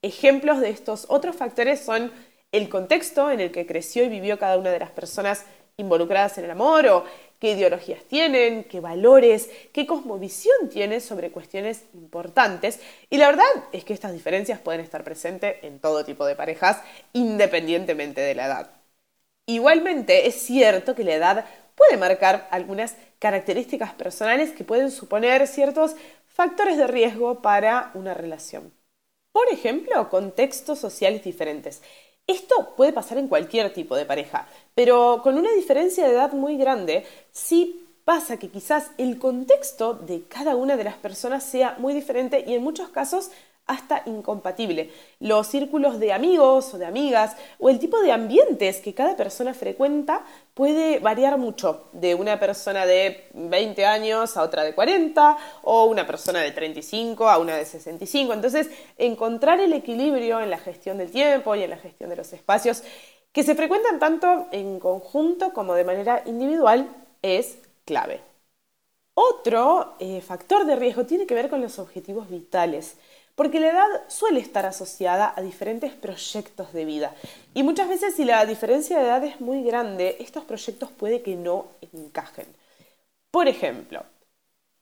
S6: Ejemplos de estos otros factores son el contexto en el que creció y vivió cada una de las personas involucradas en el amor o qué ideologías tienen, qué valores, qué cosmovisión tienen sobre cuestiones importantes. Y la verdad es que estas diferencias pueden estar presentes en todo tipo de parejas independientemente de la edad. Igualmente, es cierto que la edad puede marcar algunas características personales que pueden suponer ciertos factores de riesgo para una relación. Por ejemplo, contextos sociales diferentes. Esto puede pasar en cualquier tipo de pareja, pero con una diferencia de edad muy grande, sí pasa que quizás el contexto de cada una de las personas sea muy diferente y en muchos casos hasta incompatible. Los círculos de amigos o de amigas o el tipo de ambientes que cada persona frecuenta puede variar mucho de una persona de 20 años a otra de 40 o una persona de 35 a una de 65. Entonces, encontrar el equilibrio en la gestión del tiempo y en la gestión de los espacios que se frecuentan tanto en conjunto como de manera individual es clave. Otro eh, factor de riesgo tiene que ver con los objetivos vitales porque la edad suele estar asociada a diferentes proyectos de vida. Y muchas veces si la diferencia de edad es muy grande, estos proyectos puede que no encajen. Por ejemplo,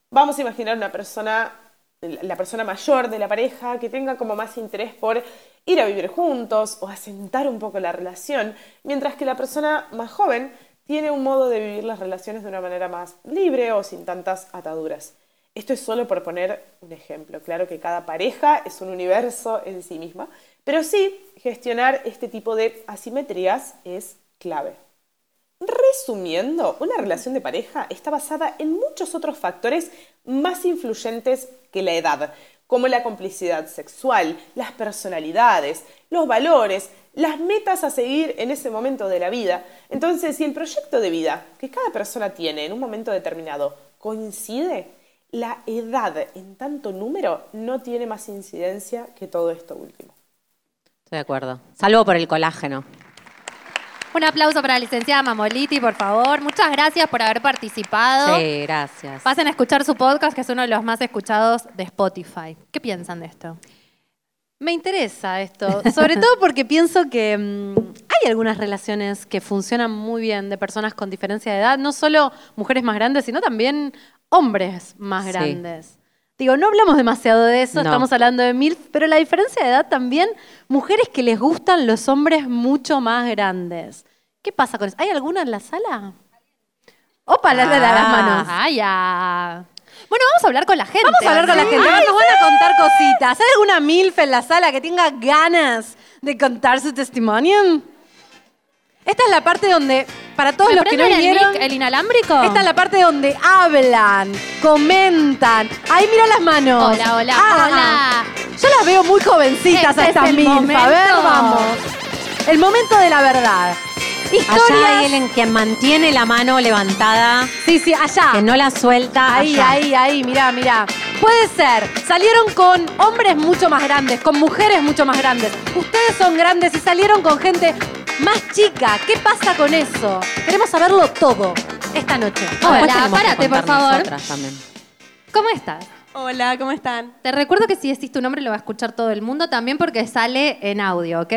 S6: vamos a imaginar una persona, la persona mayor de la pareja, que tenga como más interés por ir a vivir juntos o asentar un poco la relación, mientras que la persona más joven tiene un modo de vivir las relaciones de una manera más libre o sin tantas ataduras. Esto es solo por poner un ejemplo. Claro que cada pareja es un universo en sí misma, pero sí gestionar este tipo de asimetrías es clave. Resumiendo, una relación de pareja está basada en muchos otros factores más influyentes que la edad, como la complicidad sexual, las personalidades, los valores, las metas a seguir en ese momento de la vida. Entonces, si el proyecto de vida que cada persona tiene en un momento determinado coincide, la edad en tanto número no tiene más incidencia que todo esto último.
S4: Estoy de acuerdo. Salvo por el colágeno.
S1: Un aplauso para la licenciada Mamoliti, por favor. Muchas gracias por haber participado.
S4: Sí, gracias.
S1: Pasen a escuchar su podcast, que es uno de los más escuchados de Spotify. ¿Qué piensan de esto?
S2: Me interesa esto, sobre todo porque pienso que mm, hay algunas relaciones que funcionan muy bien de personas con diferencia de edad, no solo mujeres más grandes, sino también hombres más
S4: Sí.
S2: grandes. Digo, no hablamos demasiado de eso,
S4: No.
S2: estamos hablando de MILF, pero la diferencia de edad también, mujeres que les gustan los hombres mucho más grandes. ¿Qué pasa con eso? ¿Hay alguna en la sala? Opa, la,
S1: Ah,
S2: la, la, las manos.
S1: Ay, ah. Bueno, vamos a hablar con la gente.
S2: Vamos a hablar con la
S1: ¿no?
S2: gente. ahora nos van a contar cositas. ¿Hay alguna MILF en la sala que tenga ganas de contar su testimonio? Esta es la parte donde, para todos
S1: ¿Me
S2: los que no
S1: prenden el
S2: vinieron,
S1: mic, el inalámbrico?
S2: esta es la parte donde hablan, comentan. Ahí mira las manos.
S1: Hola, hola,
S2: hola. Yo las veo muy jovencitas
S1: Este
S2: a
S1: es
S2: estas
S1: el
S2: MILF. A ver,
S1: momento.
S2: vamos. El momento de la verdad.
S4: Allá
S2: Historias.
S4: hay alguien que mantiene la mano levantada,
S2: Sí, sí, allá.
S4: que no la suelta.
S2: Ahí,
S4: allá.
S2: ahí, ahí, mirá, mirá. Puede ser, salieron con hombres mucho más grandes, con mujeres mucho más grandes. Ustedes son grandes y salieron con gente más chica. ¿Qué pasa con eso? Queremos saberlo todo esta noche.
S1: Hola,
S4: Después tenemos que
S1: párate, por
S4: contar
S1: favor.
S4: nosotras también.
S1: ¿Cómo estás?
S7: Hola, ¿cómo están?
S1: Te recuerdo que si decís tu nombre lo va a escuchar todo el mundo también porque sale en audio, ¿ok?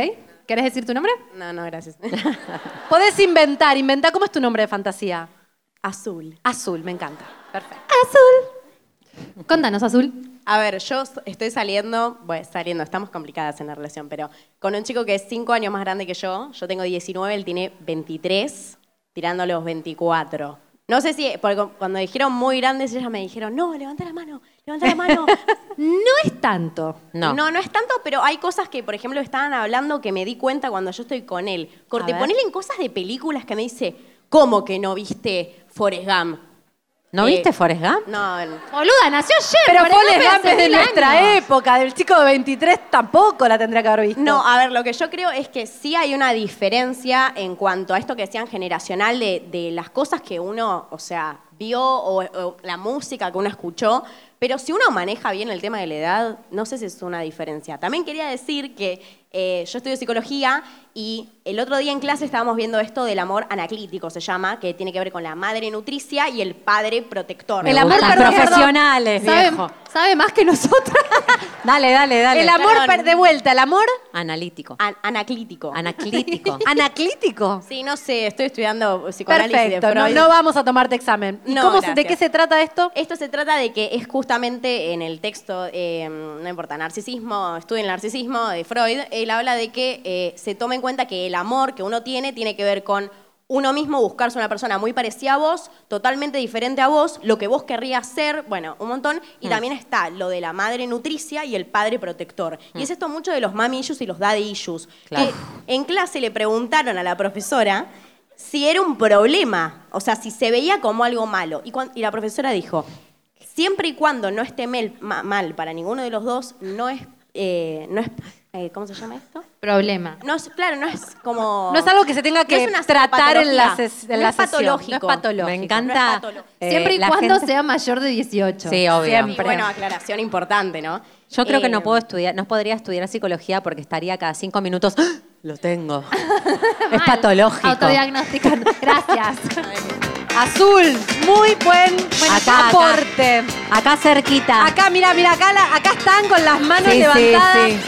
S1: ¿Querés decir tu nombre?
S7: No, no, gracias.
S2: Podés inventar, inventar. ¿Cómo es tu nombre de fantasía?
S7: Azul.
S2: Azul, me encanta. Perfecto.
S1: Contanos, Azul.
S7: A ver, yo s- estoy saliendo, bueno, saliendo, estamos complicadas en la relación, pero con un chico que es 5 años más grande que yo, yo tengo 19, él tiene 23, tirando los 24. No sé si, porque cu- cuando dijeron muy grandes, ellas me dijeron, no, levanta la mano, levanta la mano.
S1: No es tanto.
S4: No.
S7: no, es tanto, pero hay cosas que, por ejemplo, estaban hablando que me di cuenta cuando yo estoy con él. Corte,
S2: A ver.
S7: ponele en cosas de películas que me dice, ¿cómo que no viste Forrest Gump?
S4: ¿No
S7: Eh,
S4: viste Forrest Gump?
S7: No, no.
S1: Boluda, nació ayer.
S2: Pero
S1: Forrest
S2: Paul
S1: Gump
S2: Gump es
S1: hace
S2: de
S1: mil
S2: nuestra
S1: años.
S2: época, del chico de 23 tampoco la tendría que haber visto.
S7: No, a ver, lo que yo creo es que sí hay una diferencia en cuanto a esto que decían generacional de, de las cosas que uno, o sea, vio o, o la música que uno escuchó, pero si uno maneja bien el tema de la edad, no sé si es una diferencia. También quería decir que eh, yo estudio psicología y el otro día en clase estábamos viendo esto del amor anaclítico, se llama, que tiene que ver con la madre nutricia y el padre protector.
S4: Me
S2: el amor
S4: gustan
S2: perdido.
S4: profesionales,
S1: Sabe,
S4: viejo.
S1: sabe más que nosotras.
S4: Dale, dale, dale.
S2: El amor,
S7: perdón.
S2: per- de vuelta, el amor
S4: Analítico.
S7: An- anaclítico.
S4: Ah. Anaclítico.
S2: anaclítico.
S7: sí, no sé, estoy estudiando psicoanálisis de
S2: Perfecto, no,
S7: Freud.
S2: no vamos a tomarte examen. ¿Y
S7: No,
S2: cómo se- ¿De
S7: gracias.
S2: qué se trata esto?
S7: Esto se trata de que es justamente en el texto, eh, no importa, narcisismo, estudio el narcisismo de Freud, él habla de que eh, se toma en cuenta que el amor que uno tiene tiene que ver con uno mismo buscarse una persona muy parecida a vos, totalmente diferente a vos, lo que vos querrías ser, bueno, un montón. Y también está lo de la madre nutricia y el padre protector. Y es esto mucho de los mami issues y los daddy issues.
S4: Claro.
S7: Que Eh, en clase le preguntaron a la profesora si era un problema, o sea, si se veía como algo malo. Y, cuan- y la profesora dijo, siempre y cuando no esté mel- ma- mal para ninguno de los dos, no es, eh, no es, eh, ¿cómo se llama esto?
S1: Problema.
S7: No es, claro, no es como...
S2: No es algo que se tenga
S7: no es
S2: que
S7: una
S2: tratar en la, ses- en
S7: patología,
S2: la
S7: no
S2: sesión.
S7: es patológico.
S2: No es patológico.
S4: Me
S7: no es
S4: encanta.
S7: patológico.
S4: eh,
S1: Siempre y
S4: la
S1: cuando
S4: gente-
S1: sea mayor de 18.
S4: Sí, obvio.
S7: Y bueno, aclaración importante, ¿no?
S4: Yo creo que
S7: Eh,
S4: no puedo estudiar, no podría estudiar psicología porque estaría cada cinco minutos. ¡Ah! Lo tengo. es
S1: Mal.
S4: patológico.
S1: Autodiagnosticando. Gracias.
S2: Azul, muy buen, buen
S4: Acá, acá.
S2: aporte.
S4: Acá cerquita.
S2: Acá, mira, mira, acá, la- acá están con las manos
S4: Sí, sí,
S2: levantadas.
S4: sí.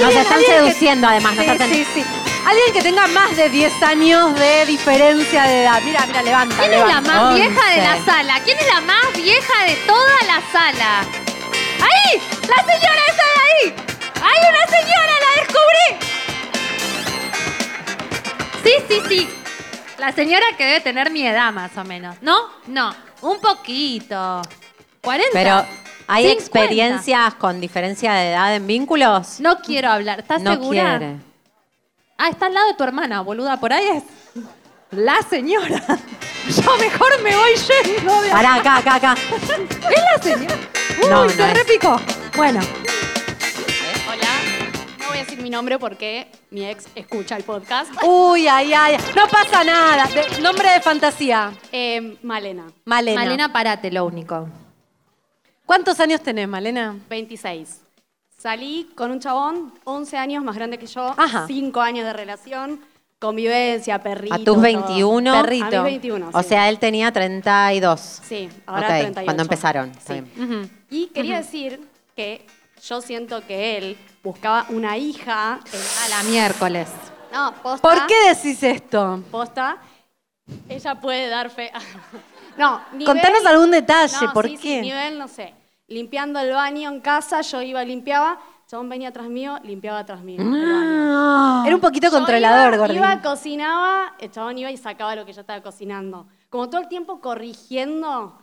S4: Nos están seduciendo, además, nos
S2: Sí,
S4: están-
S2: sí, sí. Alguien que tenga más de 10 años de diferencia de edad. Mira, mira, levanta.
S1: ¿Quién es la
S2: levanta.
S1: más vieja de la
S4: Once.
S1: sala? ¿Quién es la más vieja de toda la sala? ¡Ahí! ¡La señora está ahí! ¡Hay una señora! ¡La descubrí! Sí, sí, sí. La señora que debe tener mi edad, más o menos. ¿No? No. Un poquito. ¿40?
S4: Pero, ¿hay
S1: 50.
S4: experiencias con diferencia de edad en vínculos?
S1: No quiero hablar. ¿Estás
S4: No
S1: segura?
S4: quiere.
S1: Ah, está al lado de tu hermana, boluda. Por ahí es la señora. Yo mejor me voy yendo de
S4: Pará, acá, acá, acá.
S1: ¿Es la señora? Uy,
S4: No,
S1: se
S4: no es.
S1: repicó. Bueno,
S8: Hola, no voy a decir mi nombre porque mi ex escucha el podcast.
S2: Uy, ay, ay. No pasa nada. De- nombre de fantasía.
S8: Eh, Malena,
S2: Malena.
S1: Malena, parate, lo único.
S2: ¿Cuántos años tenés, Malena?
S8: 26. Salí con un chabón 11 años más grande que yo,
S2: Ajá.
S8: 5 años de relación, convivencia, perrito.
S4: A tus
S8: todo.
S4: 21.
S8: A mis 21.
S4: O
S8: sí.
S4: sea, él tenía 32.
S8: Sí, ahora
S4: Ok,
S8: 38.
S4: cuando empezaron. Está
S8: Sí.
S4: bien.
S8: Y quería decir que yo siento que él buscaba una hija.
S1: A la miércoles.
S8: eh, No, posta.
S2: ¿Por qué decís esto?
S8: Posta. Ella puede dar fe. no, nivel-
S2: Contanos algún detalle,
S8: No,
S2: ¿por
S8: sí, sí,
S2: qué?
S8: nivel, no sé. Limpiando el baño en casa, yo iba, limpiaba. el Chabón venía tras mío, limpiaba tras mío. el baño.
S2: Ah. Era un poquito
S8: Yo
S2: controlador,
S8: iba,
S2: Gordín.
S8: Iba, cocinaba, el chabón iba y sacaba lo que yo estaba cocinando. Como todo el tiempo corrigiendo.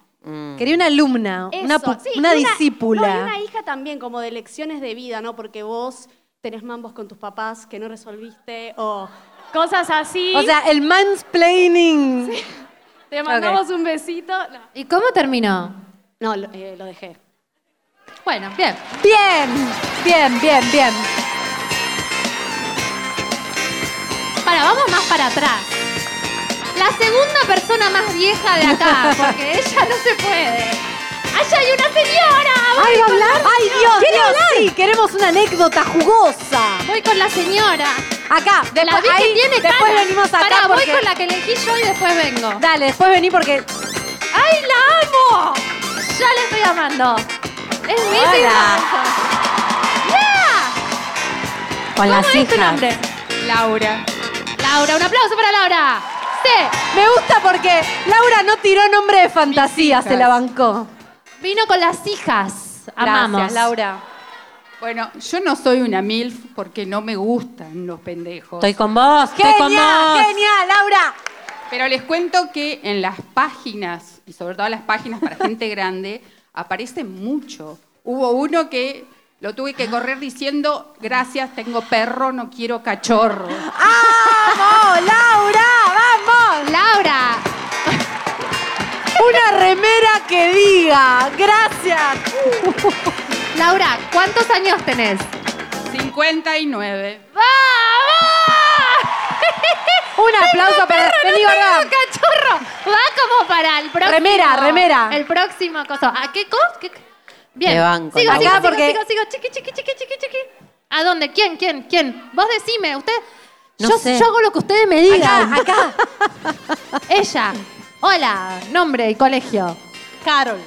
S2: Quería una alumna, una,
S8: eso.
S2: pu-
S8: Sí,
S2: una
S8: y
S2: discípula.
S8: no, y una hija también, como de lecciones de vida, ¿no? Porque vos tenés mambos con tus papás que no resolviste o cosas así.
S2: O sea, el mansplaining.
S8: Te mandamos un besito. No,
S1: ¿Y cómo terminó?
S8: No, lo, eh, lo dejé.
S1: Bueno, bien.
S2: Bien, bien, bien, bien.
S1: Para, vamos más para atrás. La segunda persona más vieja de acá, porque ella no se puede. ¡Allá hay una señora! Voy,
S2: ¿Ay, va a
S1: con
S2: hablar?
S1: La,
S2: ¡Ay, Dios, Dios! Sí, queremos una anécdota jugosa.
S1: voy con la señora.
S2: Acá, después,
S1: la vi que
S2: ahí,
S1: tiene
S2: después
S1: cara.
S2: venimos acá
S1: Pará,
S2: porque...
S1: voy con la que elegí yo y después vengo.
S2: Dale, después vení porque...
S1: ¡Ay, la amo! Ya la estoy amando. Es mi
S4: Hola.
S1: vida.
S4: Con las
S1: ¿Cómo es tu
S4: hijas.
S1: este nombre? Laura. Laura, un aplauso para Laura. Sí,
S2: Me gusta porque Laura no tiró nombre de fantasía, se la bancó.
S1: vino con las hijas. Amamos.
S2: Gracias, Laura.
S9: Bueno, yo no soy una MILF porque no me gustan los pendejos.
S4: Estoy con vos, estoy con
S2: Genial,
S4: vos.
S2: genial, Laura.
S9: Pero les cuento que en las páginas, y sobre todo las páginas para gente grande, aparece mucho. Hubo uno que lo tuve que correr diciendo, gracias, tengo perro, no quiero cachorro.
S2: ¡Vamos, Laura! ¡Vamos!
S1: Laura,
S2: Una remera que diga. Gracias.
S1: Laura, ¿cuántos años tenés?
S9: 59.
S1: ¡Vamos!
S2: Un aplauso
S1: Tengo
S2: para-
S1: perro, no
S2: vení,
S1: tengo
S2: Gordán.
S1: cachorro. Va como para el próximo.
S2: Remera, remera.
S1: El próximo cosa. ¿A qué cosa? Bien.
S4: Te banco,
S1: sigo,
S4: Laura.
S1: sigo,
S2: Acá
S1: sigo,
S2: porque-
S1: sigo, sigo. Chiqui, chiqui, chiqui, chiqui, chiqui. ¿A dónde? ¿Quién, quién, quién? Vos decime, usted.
S4: No
S1: yo,
S4: sé.
S1: yo hago lo que ustedes me digan.
S2: Acá, acá.
S1: Ella. Hola, nombre y colegio.
S2: Carol.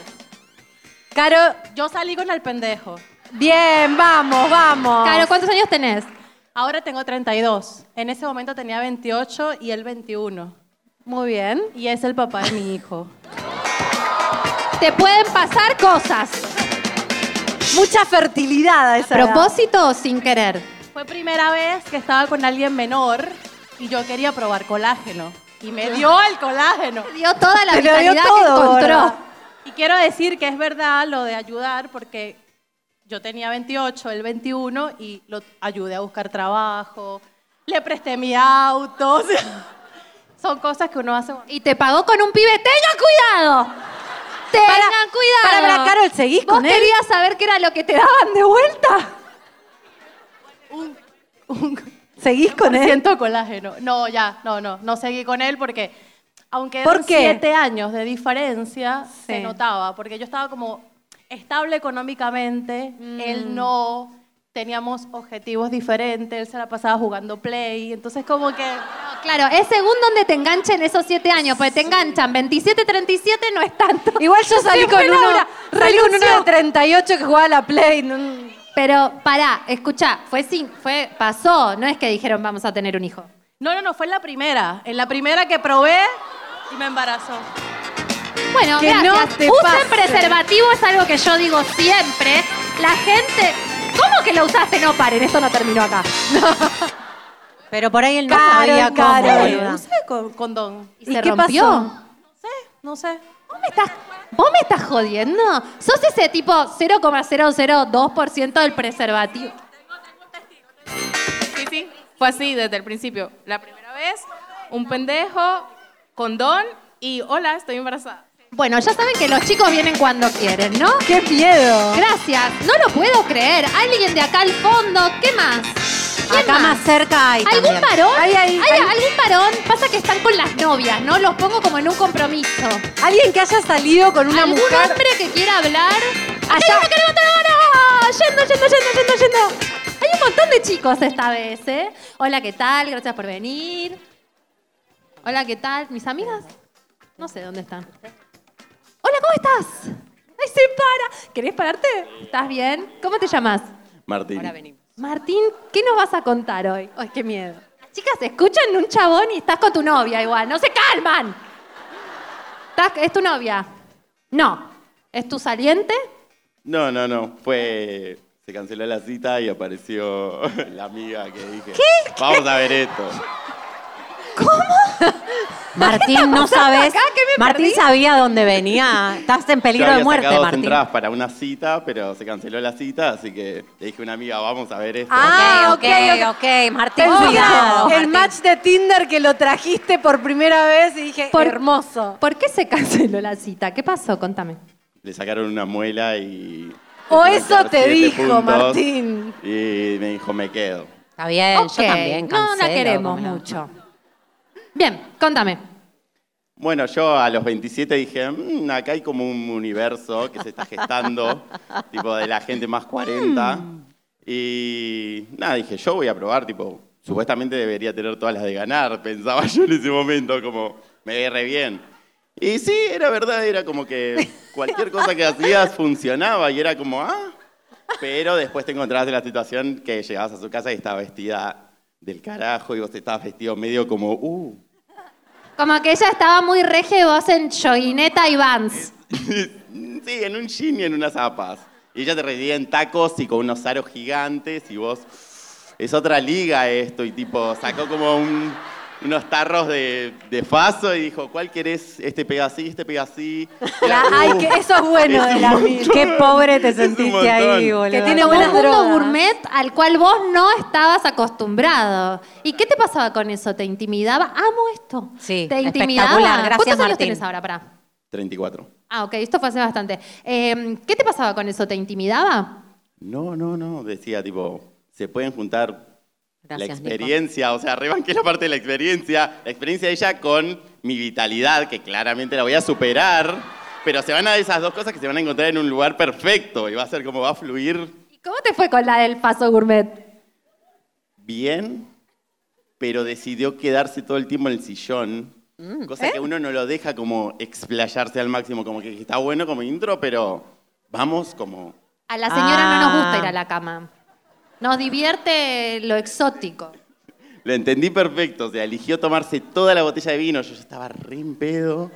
S2: Caro.
S8: Yo salí con el pendejo.
S2: Bien, vamos, vamos.
S1: Caro, ¿cuántos años tenés?
S8: Ahora tengo 32. En ese momento tenía 28 y él 21.
S2: Muy bien.
S8: Y es el papá de mi hijo.
S1: Te pueden pasar cosas.
S2: Mucha fertilidad a esa edad.
S1: ¿Propósito o sin querer?
S8: Fue primera vez que estaba con alguien menor y yo quería probar colágeno. Y me dio el colágeno.
S1: Dio toda la
S2: Te lo dio
S1: vitalidad
S2: todo,
S1: que encontró.
S2: gorda.
S8: Y quiero decir que es verdad lo de ayudar porque yo tenía 28, él 21 y lo ayudé a buscar trabajo, le presté mi auto. o sea, son cosas que uno hace.
S1: Y te pagó con un pibe. ¡Tengan cuidado! ¡Tengan
S2: Para-
S1: cuidado!
S2: para, para, Carol, ¿seguís
S1: ¿Vos
S2: con él?
S1: querías saber qué era lo que te daban de vuelta?
S8: un, un
S2: ¿Seguís con él?
S8: ciento colágeno. No, ya, no, no, no seguí con él porque, aunque
S2: ¿Por
S8: eran
S2: qué?
S8: siete años de diferencia, se
S2: Sí.
S8: notaba, porque yo estaba como estable económicamente,
S2: Mm.
S8: él no, teníamos objetivos diferentes, él se la pasaba jugando play, entonces como que...
S1: No, claro, es según donde te enganchen esos siete años, porque te enganchan 27, 37 no es tanto.
S2: Igual yo salí con
S1: fue
S2: uno,
S1: Laura,
S2: salí con uno de
S1: renunció.
S2: 38 que jugaba a la Play. no-
S1: Pero pará, escuchá, fue sin, fue, pasó, no es que dijeron vamos a tener un hijo.
S8: No, no, no, fue en la primera, en la primera que probé y me embarazó.
S1: Bueno,
S2: Que
S1: gracias.
S2: no te
S1: Usen
S2: pase.
S1: preservativo es algo que yo digo siempre. La gente. ¿Cómo que lo usaste? No paren, esto no terminó acá.
S10: Pero por ahí él no
S2: Caro,
S10: sabía cómo,
S2: caro.
S10: boluda.
S8: Usé con- condón.
S1: ¿Y,
S2: ¿Y
S1: se
S2: qué
S1: rompió?
S2: pasó?
S8: No sé.
S1: ¿Vos me estás, vos me estás jodiendo? Sos ese tipo 0,002% del preservativo.
S11: Sí, sí, fue así desde el principio. La primera vez, un pendejo, condón y hola, estoy embarazada.
S1: Bueno, ya saben que los chicos vienen cuando quieren, ¿no?
S2: ¡Qué miedo!
S1: Gracias. No lo puedo creer. Alguien de acá al fondo. ¿Qué más? ¿Quién
S10: Acá más cerca hay
S1: ¿Algún
S10: también.
S1: varón?
S2: Ahí, ahí,
S1: ¿Hay
S2: ahí.
S1: algún varón? Pasa que están con las novias, ¿no? Los pongo como en un compromiso.
S2: Alguien que haya salido con una
S1: ¿Algún
S2: mujer.
S1: hombre que quiera hablar? ¡Acá hay
S2: Allá.
S1: uno que levanta la mano! ¡Oh! ¡Yendo, yendo, yendo, yendo, yendo! Hay un montón de chicos esta vez, ¿eh? Hola, ¿qué tal? Gracias por venir. Hola, ¿qué tal? ¿Mis amigas? No sé dónde están. Hola, ¿cómo estás? ¡Ay, se para! ¿Querés pararte? ¿Estás bien? ¿Cómo te llamas?
S3: Martín.
S1: Martín, ¿qué nos vas a contar hoy? ¡Ay, qué miedo! Las chicas escuchan un chabón y estás con tu novia igual. ¡No se calman! ¿Estás- ¿Es tu novia? No. ¿Es tu saliente?
S3: No, no, no. Fue. Se canceló la cita y apareció la amiga que dije. Vamos a ver esto.
S10: Martín, no sabes.
S1: acá? ¿Qué me
S10: Martín
S1: perdí?
S10: sabía dónde venía. Estás en
S3: Yo
S10: peligro
S3: había
S10: de muerte,
S3: sacado dos
S10: Martín.
S3: entradas para una cita, pero se canceló la cita, así que le dije a una amiga, vamos a ver esto.
S10: Ah,
S2: Ah,
S10: ok, ok,
S2: ok,
S10: ok. Martín,
S2: Pensé que
S10: cuidado.
S2: el match de Tinder que lo trajiste por primera vez y dije,
S1: Por-
S2: hermoso.
S1: ¿Por qué se canceló la cita? ¿Qué pasó? Contame.
S3: Le sacaron una muela y.
S2: O
S3: le
S2: Oh, eso
S3: tuvieron que
S2: te
S3: dar siete
S2: dijo,
S3: puntos.
S2: Martín.
S3: Y me dijo, me quedo.
S10: Está bien,
S1: Ok,
S10: yo también
S1: No la
S10: cancelo,
S1: queremos
S10: ¿cómo no?
S1: mucho. Bien, contame.
S3: Bueno, yo a los 27 dije, "Mm, acá hay como un universo que se está gestando, tipo de la gente más 40. Y nada, dije, yo voy a probar, tipo, supuestamente debería tener todas las de ganar, pensaba yo en ese momento, como, me ve re bien. Y sí, era verdad, era como que cualquier cosa que hacías funcionaba y era como, ah, pero después te encontrabas en la situación que llegabas a su casa y estaba vestida del carajo y vos estabas vestido medio como, uh.
S1: Como que ella estaba muy regia y vos en joguineta y vans.
S3: Sí, en un jean y en unas zapas. Y ella te recibía en tacos y con unos aros gigantes y vos... Es otra liga esto. Y tipo, sacó como un- unos tarros de, de faso y dijo, ¿cuál querés? Este pega así, este pega así. Era,
S2: Ay,
S3: "Uh,
S2: que eso es bueno
S3: es
S2: de
S3: un
S2: la
S3: montón".
S2: vida.
S10: Qué pobre te
S3: Es un
S10: sentiste ahí,
S3: montón.
S10: boludo.
S2: Que tiene
S1: Como
S2: buenas
S1: un mundo
S2: drogas.
S1: gourmet al cual vos no estabas acostumbrado. ¿Y qué te pasaba con eso? ¿Te intimidaba? Amo esto.
S10: Sí,
S1: ¿Te intimidaba?
S10: espectacular. Gracias,
S1: ¿Cuántos años
S10: Martín.
S1: tenés ahora? Pará.
S3: 34.
S1: Ah, ok, esto fue hace bastante. Eh, ¿Qué te pasaba con eso? ¿Te intimidaba?
S3: No, no, no. Decía, tipo, se pueden juntar la
S10: Gracias, Nico.
S3: experiencia, o sea, rebanqué la parte de la experiencia, la experiencia de ella con mi vitalidad, que claramente la voy a superar, pero se van a esas dos cosas que se van a encontrar en un lugar perfecto y va a ser como va a fluir
S1: ¿Y cómo te fue con la del paso gourmet?
S3: bien, pero decidió quedarse todo el tiempo en el sillón, cosa que uno no lo deja como explayarse al máximo, como que está bueno como intro, pero vamos como...
S1: A la señora no nos gusta
S10: Ah.
S1: ir a la cama. Nos divierte lo exótico.
S3: Lo entendí perfecto, o sea, eligió tomarse toda la botella de vino, yo ya estaba re en pedo.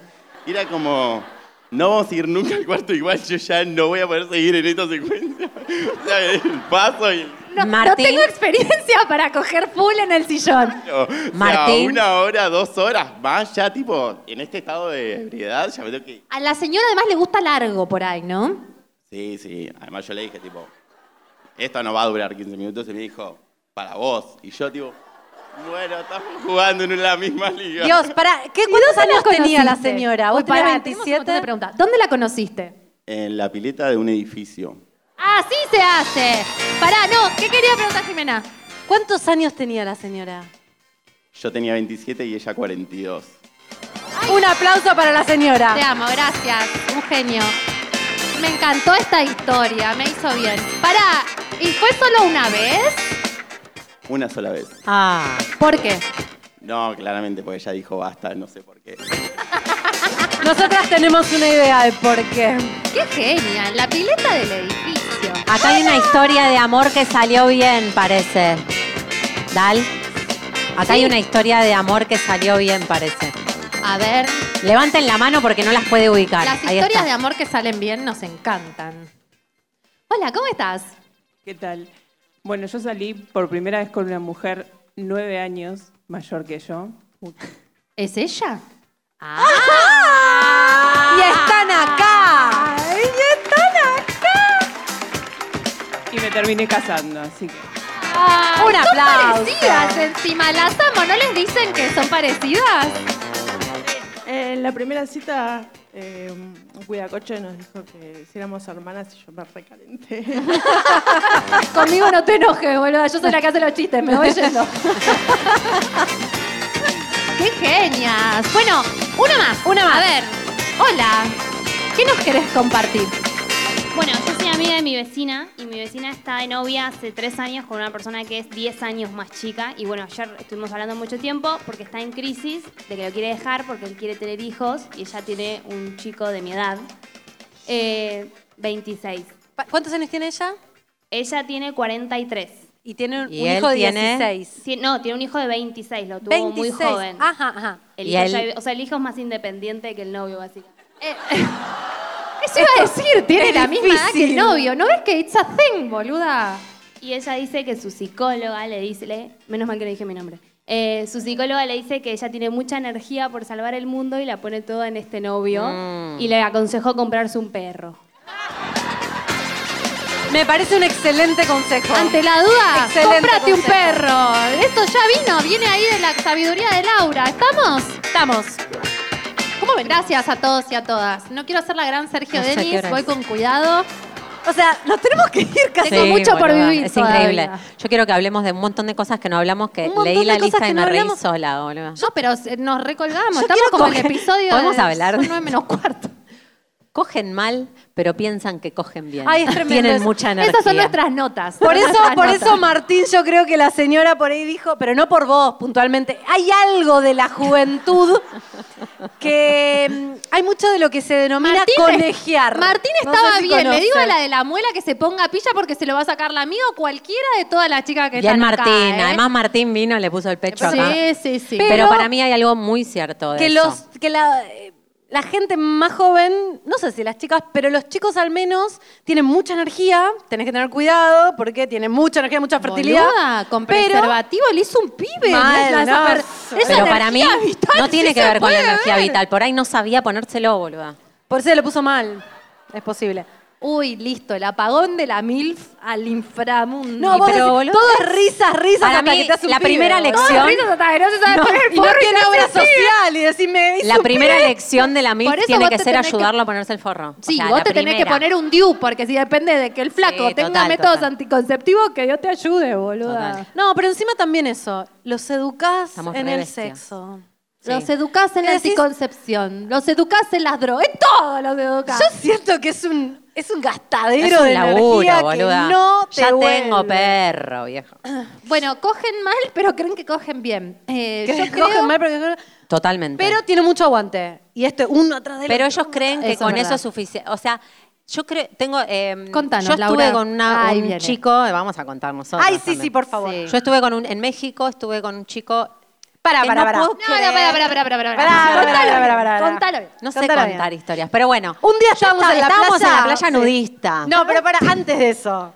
S3: Y Era como, no vamos a ir nunca al cuarto igual, yo ya no voy a poder seguir en esta secuencia. O sea, el paso y...
S1: No, no
S10: Martín.
S1: tengo experiencia para coger full en el sillón.
S3: O sea,
S10: Martín.
S3: una hora, dos horas más, ya tipo, en este estado de ebriedad, ya me tengo que...
S1: A la señora además le gusta largo por ahí, ¿no?
S3: Sí, sí, además yo le dije, tipo, esto no va a durar 15 minutos, y me dijo, para vos. Y yo, tipo, bueno, estamos jugando en la misma liga.
S2: Dios, para, ¿qué,
S1: ¿Y
S2: ¿cuántos
S1: dónde la
S2: años tenía la
S1: conociste?
S2: señora? ¿Vos
S1: Uy, pará,
S2: tenés
S1: tenemos un montón de
S2: 27?
S1: preguntas. ¿Dónde la conociste?
S3: En la pileta de un edificio.
S1: Así se hace. Pará, no, ¿qué quería preguntar Jimena?
S2: ¿Cuántos años tenía la señora?
S3: Yo tenía 27 y ella 42.
S2: Un aplauso para la señora.
S1: Te amo, gracias. Un genio. Me encantó esta historia, me hizo bien. Pará, ¿y fue solo una vez?
S3: Una sola vez.
S2: Ah.
S1: ¿Por qué?
S3: No, claramente, porque ella dijo basta, no sé por qué.
S2: Nosotras tenemos una idea de por qué.
S1: ¡Qué genial! La pileta del edificio.
S4: Acá hay una historia de amor que salió bien, parece. Dal. Acá hay una historia de amor que salió bien, parece.
S1: A ver,
S4: Levanten la mano porque no las puede ubicar.
S1: las
S4: Ahí
S1: historias
S4: está.
S1: de amor que salen bien nos encantan. Hola, ¿cómo estás?
S6: ¿Qué tal? Bueno, yo salí por primera vez con una mujer nueve años mayor que yo.
S1: ¿Es ella? Ah.
S2: ¡Y están acá! ¡Y están acá!
S6: Y me terminé casando, así que.
S1: Ay,
S2: Un
S1: son
S2: aplauso.
S1: parecidas encima, las amo. ¿No les dicen que son parecidas?
S12: En la primera cita, eh, un cuidacoche nos dijo que si éramos hermanas y yo me recalenté.
S1: Conmigo no te enojes, boluda. Yo soy la que hace los chistes, me voy yendo. ¡Qué genias! Bueno, una más. Una más. A ver, hola. ¿Qué nos querés compartir?
S8: Bueno, yo soy amiga de mi vecina y mi vecina está de novia hace tres años con una persona que es 10 años más chica. Y bueno, ayer estuvimos hablando mucho tiempo porque está en crisis de que lo quiere dejar porque él quiere tener hijos y ella tiene un chico de mi edad, eh, 26.
S2: ¿Cuántos años tiene ella?
S8: Ella tiene 43.
S2: Y tiene
S4: Y un él hijo de tiene- 16.
S8: no, tiene un hijo de 26, lo tuvo
S2: 26.
S8: muy joven.
S1: Ah,
S2: Ajá, ajá.
S8: El
S4: Y
S8: hijo
S4: él-
S8: ya- o sea, el hijo es más independiente que el novio, básicamente.
S1: Eso iba a decir, tiene
S8: es
S1: la misma edad que el
S8: difícil.
S1: novio. ¿No ves que it's a thing, boluda?
S8: Y ella dice que su psicóloga le dice, le- menos mal que no dije mi nombre, Eh, su psicóloga le dice que ella tiene mucha energía por salvar el mundo y la pone toda en este novio
S2: Mm.
S8: y le aconsejó comprarse un perro.
S2: Me parece un excelente consejo.
S1: Ante la duda,
S2: Excelente
S1: cómprate un
S2: consejo.
S1: perro. Esto ya vino, viene ahí de la sabiduría de Laura. ¿Estamos? Estamos. ¿Cómo ven? Gracias a todos y a todas. No quiero hacer la gran Sergio
S4: No sé qué
S1: Denis,
S4: hora
S1: voy
S4: es.
S1: con cuidado.
S2: O sea, nos tenemos que ir
S1: casi.
S4: Sí,
S1: Tengo mucho por
S4: boluda,
S1: vivir.
S4: Es
S1: todavía.
S4: increíble. Yo quiero que hablemos de un montón de cosas que no hablamos, que
S1: Un montón
S4: leí la
S1: de cosas
S4: lista
S1: que
S4: y me
S1: no
S4: reí
S1: hablamos.
S4: sola, boluda.
S1: No, pero se- nos recolgamos.
S4: Yo
S1: Estamos
S4: quiero
S1: como en el
S4: coger-
S1: episodio.
S4: Podemos
S1: de-
S4: hablar.
S1: son nueve menos cuarto.
S4: Cogen mal, pero piensan que cogen bien.
S1: Ay, es tremendo
S4: Tienen
S1: eso.
S4: mucha energía.
S1: Esas son nuestras notas.
S2: Por
S1: Son
S2: eso,
S1: nuestras
S2: por
S1: notas.
S2: eso, Martín, yo creo que la señora por ahí dijo, pero no por vos puntualmente. Hay algo de la juventud que mm, hay mucho de lo que se denomina
S1: Martín es-
S2: conejear.
S1: Martín
S2: No
S1: estaba
S2: sé si
S1: bien. Le digo a
S2: conocen.
S1: la de la muela que se ponga pilla porque se lo va a sacar la amiga o cualquiera de todas las chicas que
S4: Bien
S1: están
S4: Martín,
S1: acá, ¿eh?
S4: además Martín vino y le puso el pecho
S1: Sí,
S4: acá.
S1: sí, sí.
S4: Pero,
S1: Pero-
S4: para mí hay algo muy cierto de
S2: que
S4: eso.
S2: los que la, eh, la gente más joven, no sé si las chicas, pero los chicos al menos tienen mucha energía, tenés que tener cuidado porque tienen mucha energía, mucha fertilidad.
S1: Boluda, con
S2: pero-
S1: preservativo le hizo un pibe.
S2: Mal,
S1: Esa-
S2: no.
S1: per- esa
S4: Pero para mí
S1: energía vital
S4: no tiene
S1: sí
S4: que
S1: se
S4: ver con la
S1: puede
S4: energía
S1: ver.
S4: vital. Por ahí no sabía ponérselo, boluda.
S2: Por eso lo puso mal. Es posible.
S1: Uy, listo, el apagón de la MILF al inframundo.
S2: No, vos decís, todo es risas, risas
S4: Para
S2: hasta
S4: mí,
S2: que te hace un
S4: la
S2: pibe,
S4: primera
S2: boludo.
S4: lección- Todo es risas hasta que no se sabe poner el
S2: y no
S4: forro y
S2: tiene
S4: se hace
S2: obra
S4: un pibe.
S2: social y decime
S4: La primera lección de la MIF
S1: Por eso
S4: tiene
S1: vos
S4: que
S1: te
S4: ser
S1: tenés que-
S4: ayudarlo a ponerse el forro. O
S1: Sí,
S4: sea,
S1: vos
S4: la
S1: te tenés que
S4: primera.
S1: poner un DIU, porque si depende de que el flaco
S4: Sí,
S1: tenga
S4: total,
S1: métodos
S4: total.
S1: anticonceptivos, que Dios te ayude, boluda.
S2: No, pero encima también eso, los educás
S1: Estamos
S2: en
S1: re
S2: el
S1: bestias.
S2: sexo.
S1: Los educás en
S2: ¿Qué
S1: la
S2: decís?
S1: anticoncepción, los educás en las drogas, en todo los educás.
S2: Yo siento que es un, es un gastadero
S4: Es un
S2: de
S4: laburo,
S2: energía
S4: boluda.
S2: que no te
S4: ya
S2: vuelve.
S4: tengo perro, viejo.
S1: Bueno, cogen mal, pero creen que cogen bien. Eh,
S2: Que
S1: yo creo-
S2: cogen mal, pero,
S4: Totalmente.
S2: pero tiene mucho aguante. Y esto, uno atrás del
S4: Pero
S2: otro,
S4: ellos
S2: uno
S4: creen
S2: atrás-
S4: que con
S2: es
S4: eso
S2: verdad.
S4: es suficiente. O sea, yo creo, tengo. eh,
S2: Contanos,
S4: yo estuve
S2: Laura.
S4: con una-
S2: Ahí
S4: un
S2: viene.
S4: chico, vamos a contar nosotros.
S2: Ay, sí, sí, por favor.
S4: Yo estuve con un, en México, estuve con un chico.
S2: Para,
S4: que
S2: para,
S4: no
S2: para.
S4: puedo
S1: No, no, pará, pará, pará, pará, pará.
S4: Pará, pará,
S1: Contalo
S4: pará,
S1: bien,
S4: pará, pará, pará.
S1: contalo bien.
S4: No sé
S1: Contalo bien.
S4: contar historias, pero bueno.
S2: Un día
S4: Yo
S2: estábamos
S4: estaba-
S2: en la
S4: estábamos
S2: playa.
S4: en la playa
S2: Sí.
S4: nudista.
S2: No, pero para, antes de eso.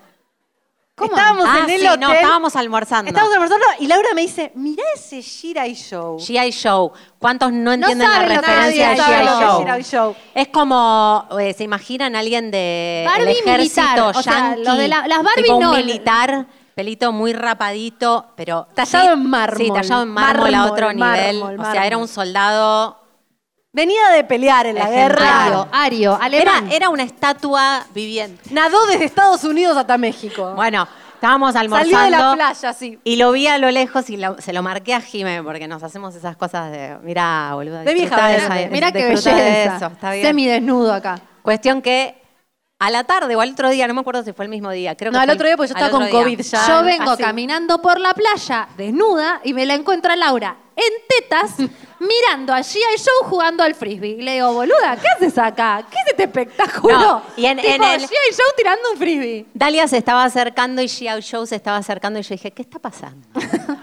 S1: ¿Cómo?
S2: Estábamos
S4: Ah,
S2: en el
S4: sí,
S2: hotel.
S4: no, estábamos almorzando.
S2: Estábamos almorzando y Laura me dice, mirá ese G.I. Show.
S4: G.I. Show. ¿Cuántos no entienden la
S2: saben lo que
S4: referencia
S2: es G.I.
S4: de G.I.
S2: Show.
S4: Show?
S2: G.I. Show.
S4: Es como, eh, ¿se imaginan alguien de el
S1: Barbie
S4: ejército
S1: militar, o sea,
S4: yankee?
S1: los de la- las Barbie
S4: tipo un
S1: no.
S4: militar, pelito muy rapadito, pero...
S2: Tallado
S4: sí-
S2: en mármol.
S4: Sí, tallado en mármol, a
S2: Mármol,
S4: otro nivel.
S2: mármol,
S4: O sea, era
S2: mármol.
S4: un soldado
S2: Venía de pelear en la guerra.
S4: Legendario,
S1: Ario,
S4: Era, era una estatua viviente.
S2: Nadó desde Estados Unidos hasta México.
S4: Bueno, Estábamos almorzando.
S2: Salió de la playa, sí.
S4: Y lo vi a lo lejos y lo- se lo marqué a Jime porque nos hacemos esas cosas de. Mirá, boludo.
S2: De vieja
S4: mira
S2: verano. Mirá qué belleza.
S4: Eso, está bien.
S2: Semidesnudo acá.
S4: Cuestión que a la tarde o al otro día, no me acuerdo si fue el mismo día. Creo
S2: No,
S4: que
S2: al
S4: fue
S2: otro día porque yo
S4: al
S2: estaba con
S4: otro día.
S2: COVID ya.
S1: Yo vengo
S4: Así.
S1: caminando por la playa desnuda y me la encuentro a Laura en tetas mirando a G.I. Joe jugando al frisbee. Y le digo, boluda, ¿qué haces acá? ¿Qué es este espectáculo?
S4: No, y en-
S1: Tipo,
S4: en el-
S1: G.I. Joe tirando un frisbee.
S4: Dalia se estaba acercando y Xiao Show se estaba acercando y yo dije, ¿qué está pasando?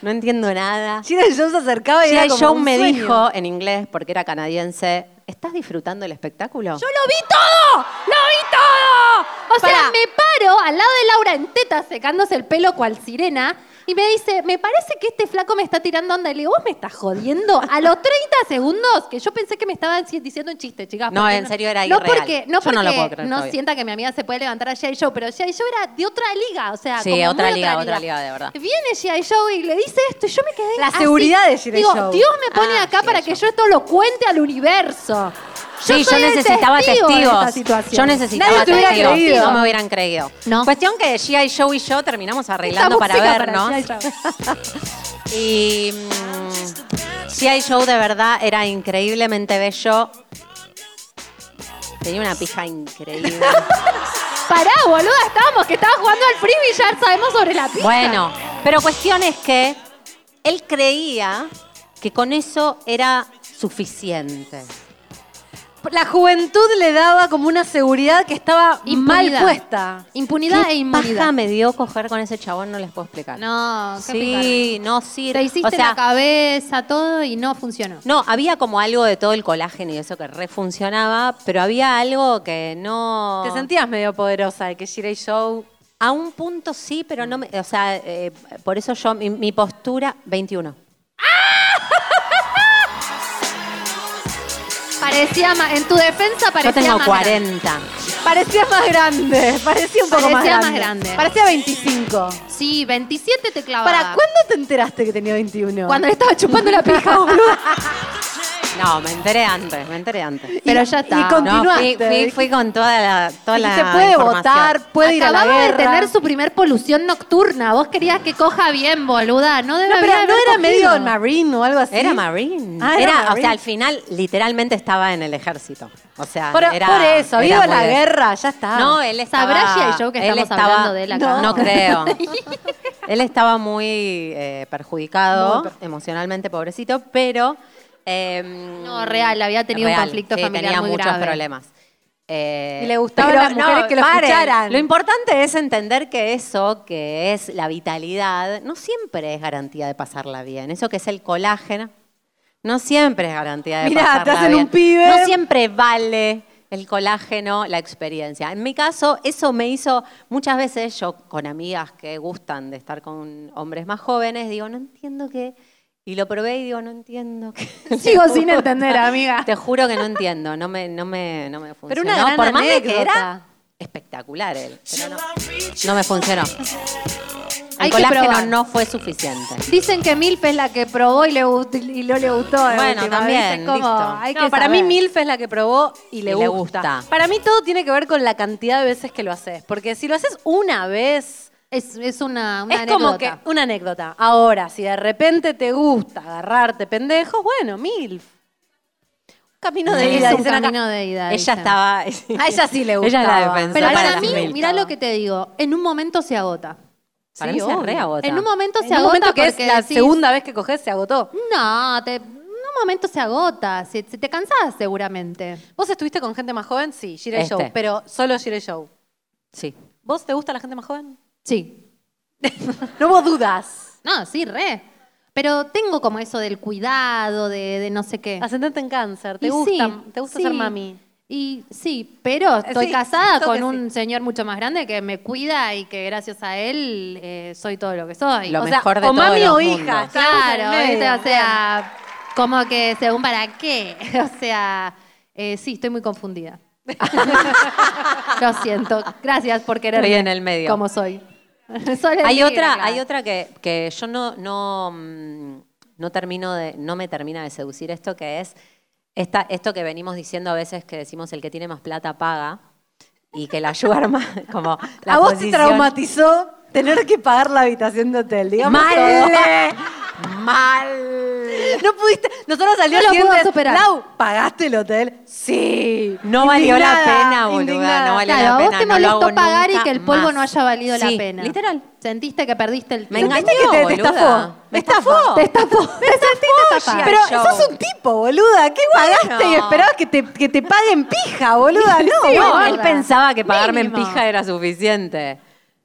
S4: No entiendo nada.
S2: G.I. Joe se acercaba y
S4: G.I.
S2: era como
S4: Joe
S2: un
S4: me
S2: sueño.
S4: dijo en inglés, porque era canadiense, ¿estás disfrutando el espectáculo?
S1: ¡Yo lo vi todo! ¡Lo vi todo! O sea,
S4: Pará.
S1: me paro al lado de Laura en tetas secándose el pelo cual sirena y me dice, me parece que este flaco me está tirando onda. Y le digo, vos me estás jodiendo. A los 30 segundos, que yo pensé que me estaban si- diciendo un chiste, chicas.
S4: No,
S1: porque
S4: en serio era
S1: no
S4: irreal.
S1: Porque, no
S4: Yo no lo
S1: porque
S4: puedo creer
S1: no
S4: todavía.
S1: sienta que mi amiga se puede levantar a G.I. Joe, pero G.I. Joe era de otra liga. O sea,
S4: Sí,
S1: como
S4: otra
S1: muy
S4: liga, otra liga, de verdad.
S1: Viene G.I. Joe y le dice esto y yo me quedé
S2: La
S1: así.
S2: seguridad de G.I.
S1: Digo,
S2: Joe.
S1: Dios me pone
S4: Ah,
S1: acá para que yo esto lo cuente al universo.
S4: sí, yo
S1: soy el
S4: necesitaba
S1: testigo de esta
S4: testigos.
S1: situación.
S4: Yo necesitaba
S1: Nadie te hubiera
S4: testigos.
S1: creído.
S4: No me hubieran creído. Cuestión que G.I. Joe y yo terminamos arreglando para
S1: música para G.I.
S4: vernos. y mm, G.I. Joe de verdad era increíblemente bello. Tenía una pija increíble.
S1: Pará, boluda, estábamos que estaba jugando al frisbee ya sabemos sobre la pista.
S4: Bueno, pero cuestión es que él creía que con eso era suficiente.
S2: La juventud le daba como una seguridad que estaba
S4: Impunidad.
S2: mal puesta.
S1: Impunidad
S4: ¿Qué
S1: e inmunidad.
S4: paja me dio coger con ese chabón? No les puedo explicar.
S1: No, qué
S4: Sí, no, sí.
S1: Te hiciste
S4: o sea,
S1: la cabeza, todo, y no funcionó.
S4: No, había como algo de todo el colágeno y eso que refuncionaba, pero había algo que no.
S2: Te sentías medio poderosa de que Shirei Show.
S4: A un punto sí, pero no me. O sea, eh, por eso yo, mi, mi postura, 21.
S1: Parecía ma- en tu defensa
S4: Yo
S1: parecía
S4: tengo
S1: más grande.
S4: 40.
S2: Parecía más grande, parecía un poco más
S1: Parecía
S2: grande.
S1: más grande.
S2: Parecía 25.
S1: Sí, 27 te clavaba.
S2: ¿Para cuándo te enteraste que tenía 21?
S1: Cuando le estaba chupando la pija, boluda.
S4: No, me enteré antes, me enteré antes.
S1: Pero ya está.
S4: No, fui,
S1: continuaste.
S4: fui- fui con toda la. Toda la
S2: Dijiste, puede
S4: información.
S2: votar, puede ir a la
S1: Acababa de
S2: guerra.
S1: tener su primer polución nocturna. Vos querías que coja bien, boluda. No debe
S2: No, pero
S1: haber
S2: no era
S1: cogido.
S2: medio Marine o algo así.
S4: Era Marine.
S2: Ah,
S4: era,
S2: era
S4: O
S2: Marine.
S4: sea, al final literalmente estaba en el ejército. O sea,
S2: Por,
S4: era.
S2: por eso, había
S4: era
S2: ido a la
S4: muy de-
S2: guerra, ya está.
S4: No, él estaba...
S1: ¿Sabrá G.I. Joe que
S4: él
S1: estamos
S4: estaba-
S1: hablando de él acá?
S4: No,
S1: No.
S4: creo. él estaba muy eh, perjudicado
S1: Muy perjudicado.
S4: emocionalmente, pobrecito, pero... eh,
S1: No, real, había tenido un conflicto
S4: sí,
S1: familiar
S4: tenía
S1: muy
S4: muchos
S1: grave.
S4: problemas. Eh,
S2: Y le gustaban las mujeres que lo
S4: paren.
S2: escucharan.
S4: Lo importante es entender que eso, que es la vitalidad, no siempre es garantía de pasarla bien. Eso que es el colágeno, no siempre es garantía de
S2: Mirá, te
S4: pasarla
S2: hacen
S4: bien.
S2: un pibe.
S4: No siempre vale el colágeno, la experiencia. En mi caso, eso me hizo muchas veces yo con amigas que gustan de estar con hombres más jóvenes, digo, no entiendo qué. Y lo probé y digo, no entiendo qué.
S1: Sigo sin entender, amiga.
S4: Te juro que no entiendo, no me, no me, no me
S2: Pero
S4: funcionó.
S2: una gran
S4: Por más de que
S2: anécdota.
S4: era espectacular él. pero no, no me funcionó. El
S1: Hay que
S4: colágeno
S1: probar.
S4: no fue suficiente.
S1: Dicen que Milf es la que probó y, le gust- y no le gustó. de
S4: Bueno,
S1: última,
S4: también,
S1: ¿viste? Como,
S4: listo.
S1: hay
S2: No,
S1: que
S2: para mí
S1: saber.
S2: MILF es la que probó y le,
S4: Y le
S2: gusta.
S4: gusta.
S2: Para mí todo tiene que ver con la cantidad de veces que lo haces. Porque si lo haces una vez,
S1: Es, es una, una
S2: es
S1: anécdota.
S2: como que una anécdota. Ahora, si de repente te gusta agarrarte pendejos, bueno, MILF. Un Camino de
S1: Es
S2: vida,
S1: un
S2: dicen acá.
S1: camino de ida.
S4: Ella
S1: dicen.
S4: estaba.
S2: A ella sí le
S4: Ella
S2: gustaba.
S4: la defensora
S1: Pero
S4: de
S1: para
S4: las
S1: mí,
S4: MILF.
S1: mirá lo que te digo, en un momento se agota.
S4: Para
S2: Sí,
S4: mí se
S2: obvio.
S4: re agota.
S1: En un momento se
S2: En un
S1: agota
S2: momento que es
S1: porque
S2: la
S1: decís,
S2: segunda vez que coges, se agotó.
S1: No, te- en un momento se agota, se, se te cansás seguramente.
S2: ¿Vos estuviste con gente más joven? Sí, Shirei
S4: Este.
S2: Show, pero solo Shirei Show.
S4: Sí.
S2: ¿Vos te gusta la gente más joven?
S1: Sí.
S2: No hubo dudas.
S1: No, sí, re. Pero tengo como eso del cuidado, de, de no sé qué.
S2: Ascendente en cáncer, te
S1: Y
S2: gusta,
S1: sí,
S2: te gusta
S1: sí.
S2: ser mami. Eh,
S1: Y sí, pero estoy
S2: Sí,
S1: casada
S2: siento
S1: con
S2: que
S1: un señor mucho más grande que me cuida y que gracias a él eh, soy todo lo que soy.
S4: Lo
S1: O sea,
S4: mejor de
S2: o
S4: todos
S2: mami
S4: los
S2: o hija.
S4: mundos.
S2: Estamos en
S1: Claro,
S2: medio,
S1: ¿viste?
S2: bien.
S1: o sea, como que según para qué. O sea, eh, sí, estoy muy confundida. Lo siento. Gracias por quererme.
S4: Estoy en el medio.
S1: Como soy. Soy el
S4: Hay
S1: líder
S4: otra,
S1: acá.
S4: hay otra que, que yo no, no, mm, no termino de, no me termina de seducir esto que es esta, esto que venimos diciendo a veces que decimos el que tiene más plata paga. y que la ayuda arma- como la
S2: ¿A vos te
S4: posición-
S2: traumatizó tener que pagar la habitación de hotel? Digamos
S4: Mal.
S2: todo. Mal. No pudiste. Nosotros al día
S4: No lo puedo
S2: siguiente,
S4: superar.
S2: Lau, ¿pagaste el hotel? Sí.
S4: No valió la pena, boluda,
S2: indignada.
S4: no valió
S1: Claro,
S4: la
S1: a vos
S4: pena,
S1: te
S4: no lo
S1: molestó
S4: hago
S1: pagar y
S4: nunca
S1: que el polvo
S4: más.
S1: no haya valido
S4: Sí,
S1: la pena.
S4: literal.
S1: Sentiste que perdiste el
S4: Me
S1: tiempo.
S4: engañó, que te- te boluda. estafó.
S1: Me estafó. Te estafó.
S2: Te
S1: estafada.
S2: Pero
S1: Yo.
S2: sos un tipo, boluda. ¿Qué
S4: Bueno.
S2: pagaste y esperabas que te, que te paguen pija, boluda? No,
S4: Sí,
S2: boluda.
S4: él pensaba que pagarme en
S2: Mínimo.
S4: pija era suficiente.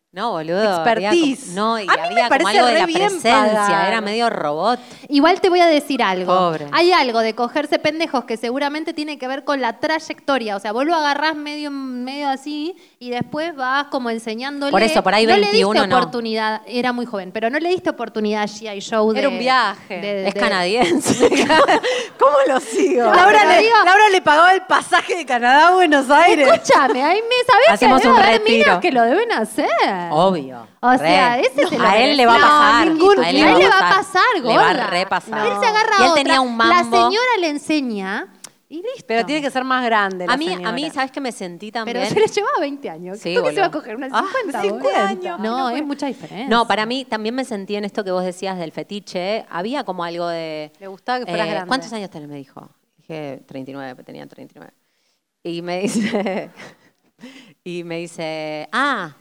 S4: No, boludo. había
S2: Expertise.
S4: como- no, y
S2: A mí me
S4: había como
S2: parece
S4: algo de
S2: re
S4: la
S2: bien
S4: presencia,
S2: pagar.
S4: era medio robot.
S1: Igual te voy a decir algo.
S4: Pobre.
S1: Hay algo de cogerse pendejos que seguramente tiene que ver con la trayectoria. O sea, vos lo agarrás medio, medio así y después vas como enseñándole.
S4: Por eso, por ahí
S1: No le
S4: 21
S1: diste
S4: no.
S1: oportunidad, era muy joven, pero no le diste oportunidad a G.I. Show de-
S4: Era un viaje.
S1: de-
S4: es
S1: de-
S4: canadiense.
S2: ¿Cómo lo sigo?
S1: No,
S2: Laura,
S1: pero
S2: le,
S1: digo-
S2: Laura le pagó el pasaje de Canadá a Buenos Aires.
S1: Escúchame, ahí me sabés
S4: Hacemos
S1: que
S4: un
S1: debe haber
S4: retiro.
S1: minas que lo deben hacer.
S4: Obvio.
S1: O sea, ese
S4: No,
S1: se lo
S4: a él
S1: merece.
S4: le va a
S1: No,
S4: pasar.
S1: ningún-
S4: a
S1: a él le va a pasar,
S4: Le va
S1: gorda.
S4: a repasar.
S1: Él se agarra
S4: y él
S1: otra.
S4: tenía un
S1: La
S4: mambo.
S1: señora le enseña y listo.
S2: Pero tiene que ser más grande. la
S4: a mí,
S2: señora.
S4: a mí, ¿sabes que me sentí también?
S1: Pero se le llevaba 20 años.
S4: Sí,
S1: ¿Tú qué se
S4: boludo.
S1: va a coger? ¿Una de
S4: Ah,
S1: 50?
S4: 50
S1: años. No, es mucha diferencia.
S4: pues. No, para mí también me sentí en esto que vos decías del fetiche. Había como algo de.
S2: Le gustaba que fueras grande.
S4: Eh, ¿Cuántos años tenés? Me dijo. Dije 39, pero pues tenía 39. Y me dice. y me dice. Ah,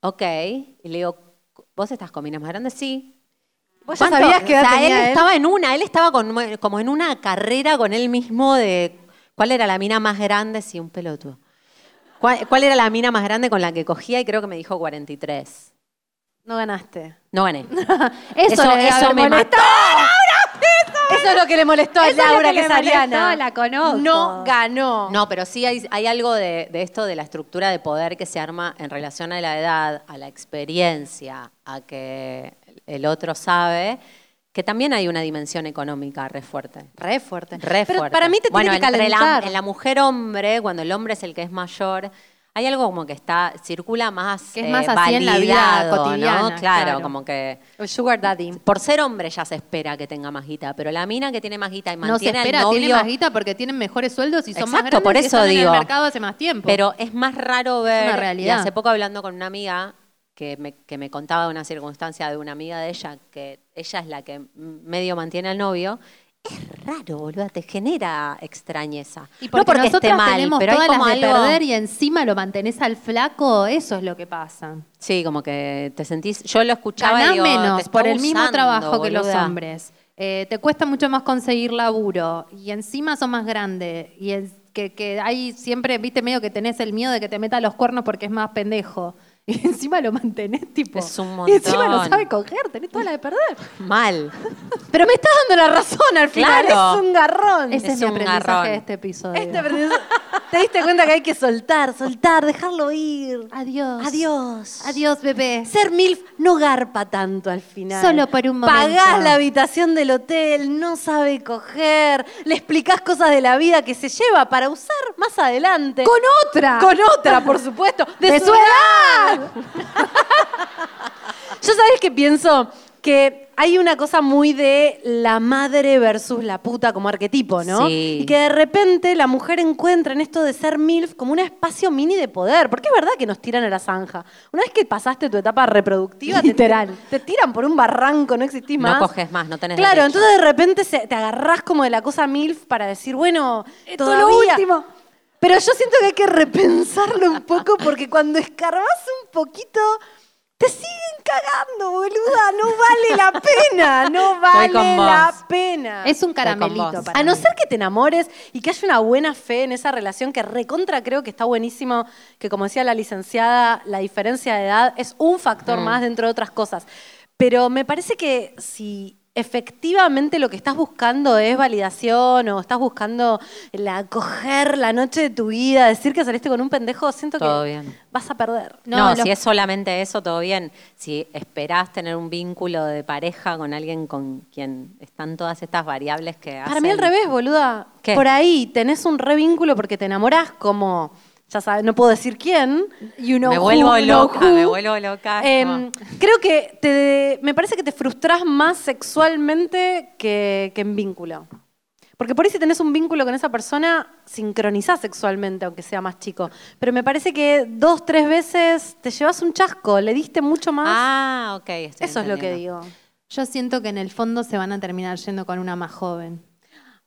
S4: ok. Y le digo, ¿vos estás con minas más grandes? Sí.
S2: ¿Vos ya
S4: ¿Cuánto?
S2: sabías qué edad
S4: O sea,
S2: tenía
S4: él,
S2: él?
S4: estaba en una, él estaba con- como en una carrera con él mismo de cuál era la mina más grande, sí, un pelotudo. ¿Cuál, cuál era la mina más grande con la que cogía? Y creo que me dijo 43.
S2: No ganaste.
S4: No gané.
S1: Eso,
S4: Eso-
S1: le debe
S4: eso
S1: haber
S4: me
S1: molestado.
S2: Eso es lo que le molestó a
S1: Eso es lo
S2: Laura,
S1: que
S2: que
S1: le
S2: es
S1: molestó,
S2: ariana.
S1: la conozco.
S2: No ganó.
S4: No, pero sí hay, hay algo de, de esto de la estructura de poder que se arma en relación a la edad, a la experiencia, a que el otro sabe, que también hay una dimensión económica re fuerte.
S2: Re fuerte.
S4: Re
S2: Pero
S4: fuerte.
S2: para mí te
S4: bueno,
S2: tiene que
S4: entre la-
S2: calentar.
S4: en la mujer-hombre, cuando el hombre es el que es mayor, hay algo como que está, circula más eh,
S1: Que es más así en la vida
S4: validado, ¿no?
S1: cotidiana,
S4: Claro,
S1: claro.
S4: como que...
S2: El sugar daddy.
S4: Por ser hombre ya se espera que tenga más guita, pero la mina que tiene más guita y
S1: No se
S4: mantiene
S1: espera,
S4: al novio...
S1: tiene más guita porque tienen mejores sueldos y son más
S4: Exacto,
S1: grandes
S4: por
S1: y
S4: eso
S1: están en
S4: digo.
S1: el mercado hace más tiempo.
S4: Pero es más raro ver.
S1: una realidad.
S4: Y hace poco hablando con una amiga que me, que me contaba de una circunstancia de una amiga de ella, que ella es la que m- medio mantiene al novio. Es raro, boluda, te genera extrañeza.
S1: y porque,
S4: no porque
S1: nosotros
S4: esté mal,
S1: tenemos
S4: pero hay
S1: todas
S4: como
S1: las de
S4: algo-
S1: perder y encima lo mantenés al flaco, eso es lo que pasa.
S4: Sí, como que te sentís. Yo lo escuchaba
S1: Ganás
S4: y digo, te
S1: menos
S4: está
S1: por el mismo
S4: abusando,
S1: trabajo que los
S4: boluda.
S1: hombres. Eh, te cuesta mucho más conseguir laburo y encima son más grandes. Y es que, que hay siempre, viste, medio que tenés el miedo de que te meta los cuernos porque es más pendejo. Y encima lo mantenés, tipo.
S4: Es un
S1: Y encima no
S4: montón.
S1: sabe coger, tenés toda la de perder.
S4: Mal.
S2: Pero me estás dando la razón al final.
S4: Claro.
S2: Es un garrón.
S1: Ese es, mi
S4: un
S1: aprendizaje
S4: garrón.
S1: de este episodio.
S2: Este aprendizaje- Te diste cuenta que hay que soltar, soltar, dejarlo ir.
S1: Adiós.
S2: Adiós.
S1: Adiós, bebé.
S2: Ser MILF no garpa tanto al final.
S1: Solo por un momento.
S2: Pagás la habitación del hotel, no sabe coger, le explicás cosas de la vida que se lleva para usar más adelante.
S1: Con otra.
S2: Con otra, por supuesto. De,
S1: De
S2: su
S1: su
S2: edad. Yo sabes que pienso que hay una cosa muy de la madre versus la puta como arquetipo, ¿no?
S4: Sí.
S2: Y que de repente la mujer encuentra en esto de ser MILF como un espacio mini de poder, porque es verdad que nos tiran a la zanja. Una vez que pasaste tu etapa reproductiva, te-
S1: Literal.
S2: Te, tiran por un barranco, no existís más.
S4: No coges más, no tenés
S2: Claro,
S4: derecho.
S2: entonces de repente se- te agarrás como de la cosa MILF para decir, bueno,
S1: todo lo último.
S2: Pero yo siento que hay que repensarlo un poco porque cuando escarbás un poquito, te siguen cagando, boluda. No vale la pena, no vale
S4: Estoy con vos.
S2: la pena.
S1: Es un
S4: con
S1: caramelito
S4: vos.
S1: para
S2: A no
S1: mí.
S2: ser que te enamores y que haya una buena fe en esa relación, que recontra creo que está buenísimo, que como decía la licenciada, la diferencia de edad es un
S1: Mm.
S2: factor más dentro de otras cosas. Pero me parece que si efectivamente lo que estás buscando es validación o estás buscando la coger la noche de tu vida, decir que saliste con un pendejo, siento
S4: Todo
S2: que
S4: bien.
S2: vas a perder.
S4: No,
S1: No, los-
S4: si es solamente eso, todo bien. Si esperás tener un vínculo de pareja con alguien con quien están todas estas variables que hacen...
S2: Para mí al revés, boluda.
S4: ¿Qué?
S2: Por ahí tenés un revínculo porque te enamorás como, ya sabes, no puedo decir quién. You know
S4: me
S2: who,
S4: vuelvo
S2: you know
S4: loca, me
S2: who.
S4: vuelvo loca. es como-
S2: Em, creo que te, me parece que te frustras más sexualmente que, que en vínculo. Porque por ahí si tenés un vínculo con esa persona, sincronizás sexualmente, aunque sea más chico. Pero me parece que dos, tres veces te llevas un chasco, le diste mucho más.
S13: Ah, ok. estoy
S2: Eso es lo que
S13: entendiendo.
S2: digo.
S1: Yo siento que en el fondo se van a terminar yendo con una más joven.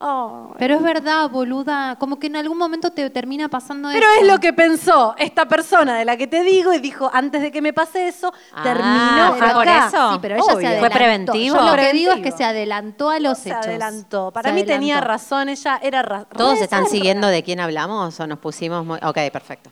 S2: Oh.
S1: Pero es verdad, boluda, como que en algún momento te termina pasando
S2: Pero
S1: eso.
S2: es lo que pensó esta persona de la que te digo y dijo, antes de que me pase eso,
S4: Ah,
S2: terminó
S1: pero
S2: acá.
S1: Ah, por eso.
S2: Sí, pero ella se
S1: Obvio. ¿Fue
S2: adelantó. Yo
S1: preventivo?
S2: lo que
S1: Preventivo.
S2: digo es que se
S1: adelantó a los
S2: hechos. adelantó. Para
S1: Se
S2: mí
S1: adelantó.
S2: tenía razón, ella era ra-
S13: ¿Todos
S2: re-
S13: están
S2: re-
S13: siguiendo de quién hablamos o nos pusimos muy.? Ok, perfecto.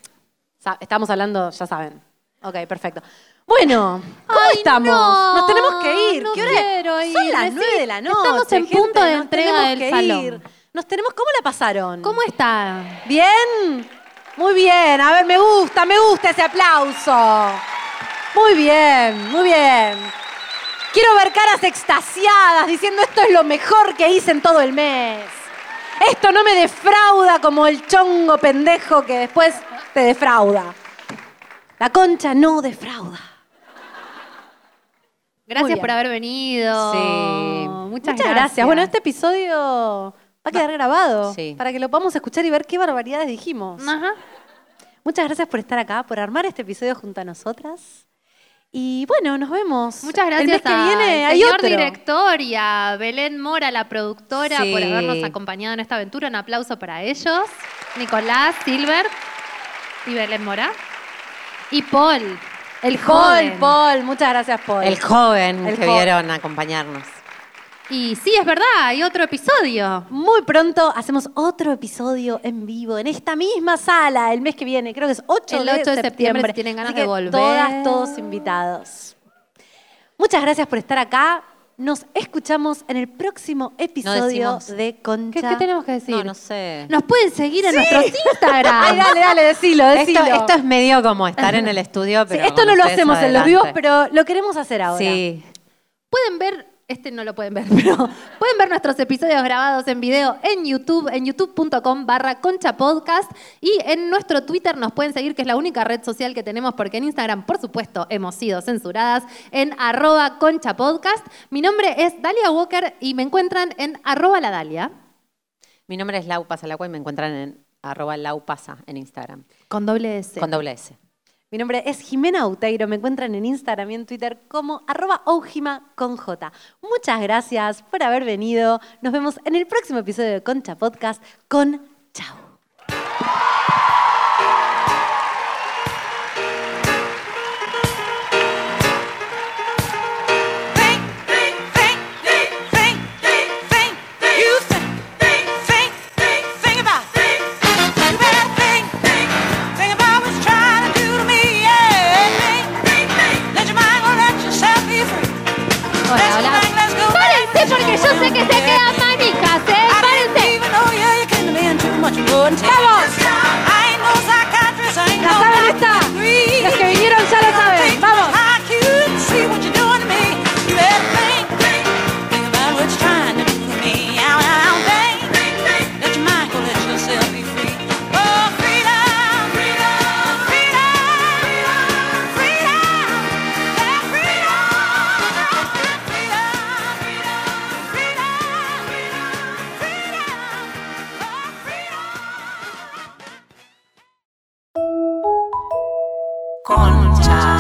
S2: Sa- Estamos hablando, ya saben. Ok, perfecto. Bueno, ¿cómo estamos?
S1: no,
S2: nos tenemos que ir.
S1: no
S2: ¿Qué hora es?
S1: quiero ir,
S2: Son las
S1: recién
S2: nueve de la noche.
S1: estamos en
S2: gente,
S1: punto de
S2: nos
S1: entrega
S2: tenemos
S1: del
S2: que
S1: salón.
S2: ir. Nos tenemos, ¿Cómo la pasaron?
S1: ¿Cómo está?
S2: ¿Bien? Muy bien. A ver, me gusta, me gusta ese aplauso. Muy bien, muy bien. Quiero ver caras extasiadas diciendo esto es lo mejor que hice en todo el mes. Esto no me defrauda como el chongo pendejo que después te defrauda. La concha no defrauda. Muy
S1: Gracias
S2: bien.
S1: por haber venido. Muchas,
S2: gracias. Bueno, este episodio va a quedar grabado
S1: Sí.
S2: para que lo podamos escuchar y ver qué barbaridades dijimos. Muchas gracias por estar acá, por armar este episodio junto a nosotras. Y bueno, nos vemos.
S1: Muchas gracias
S2: El mes que
S1: al
S2: viene hay
S1: señor
S2: otro.
S1: director y a Belén Mora, la productora,
S2: Sí.
S1: por habernos acompañado en esta aventura. Un aplauso para ellos. Nicolás Silver y Belén Mora. Y Paul. El
S2: Paul,
S1: joven.
S2: Paul, muchas gracias, Paul.
S13: El joven
S2: El
S13: que
S2: jo-
S13: vieron acompañarnos.
S1: Y sí, es verdad, hay otro episodio.
S2: Muy pronto hacemos otro episodio en vivo en esta misma sala el mes que viene. Creo que es 8
S1: El 8 de septiembre, si tienen ganas
S2: Así que
S1: de volver.
S2: Todas, todos invitados. Muchas gracias por estar acá. Nos escuchamos en el próximo episodio
S13: decimos.
S2: de Concha.
S1: ¿Qué, qué tenemos que decir?
S13: No, no sé.
S1: Nos pueden seguir en
S2: Sí.
S1: nuestros Instagram.
S2: Ay, dale, dale, decilo, decilo.
S13: Esto, esto es medio como estar en el estudio,
S2: Sí,
S13: pero.
S2: esto no lo hacemos en los vivos,
S13: vivos,
S2: pero lo queremos hacer ahora.
S13: Sí.
S1: Pueden ver, este no lo pueden ver, pero pueden ver nuestros episodios grabados en video en YouTube, en youtube.com barra concha podcast y en nuestro Twitter nos pueden seguir, que es la única red social que tenemos, porque en Instagram, por supuesto, hemos sido censuradas, en arroba concha podcast. Mi nombre es Dalia Walker y me encuentran en arroba la Dalia.
S13: Mi nombre es Lau Pasalacua y me encuentran en arroba laupasa en Instagram.
S1: Con doble S.
S13: Con doble S.
S2: Mi nombre es Jimena Auteiro. Me encuentran en Instagram y en Twitter como arroba ojima con J. Muchas gracias por haber venido. Nos vemos en el próximo episodio de Concha Podcast con Chau.
S4: Hola, hola. Párense porque yo sé que se quedan manicas, ¿eh? Párense. ¡Vamos! La saben esta. Los que vinieron ya lo saben. ¡Vamos! Concha.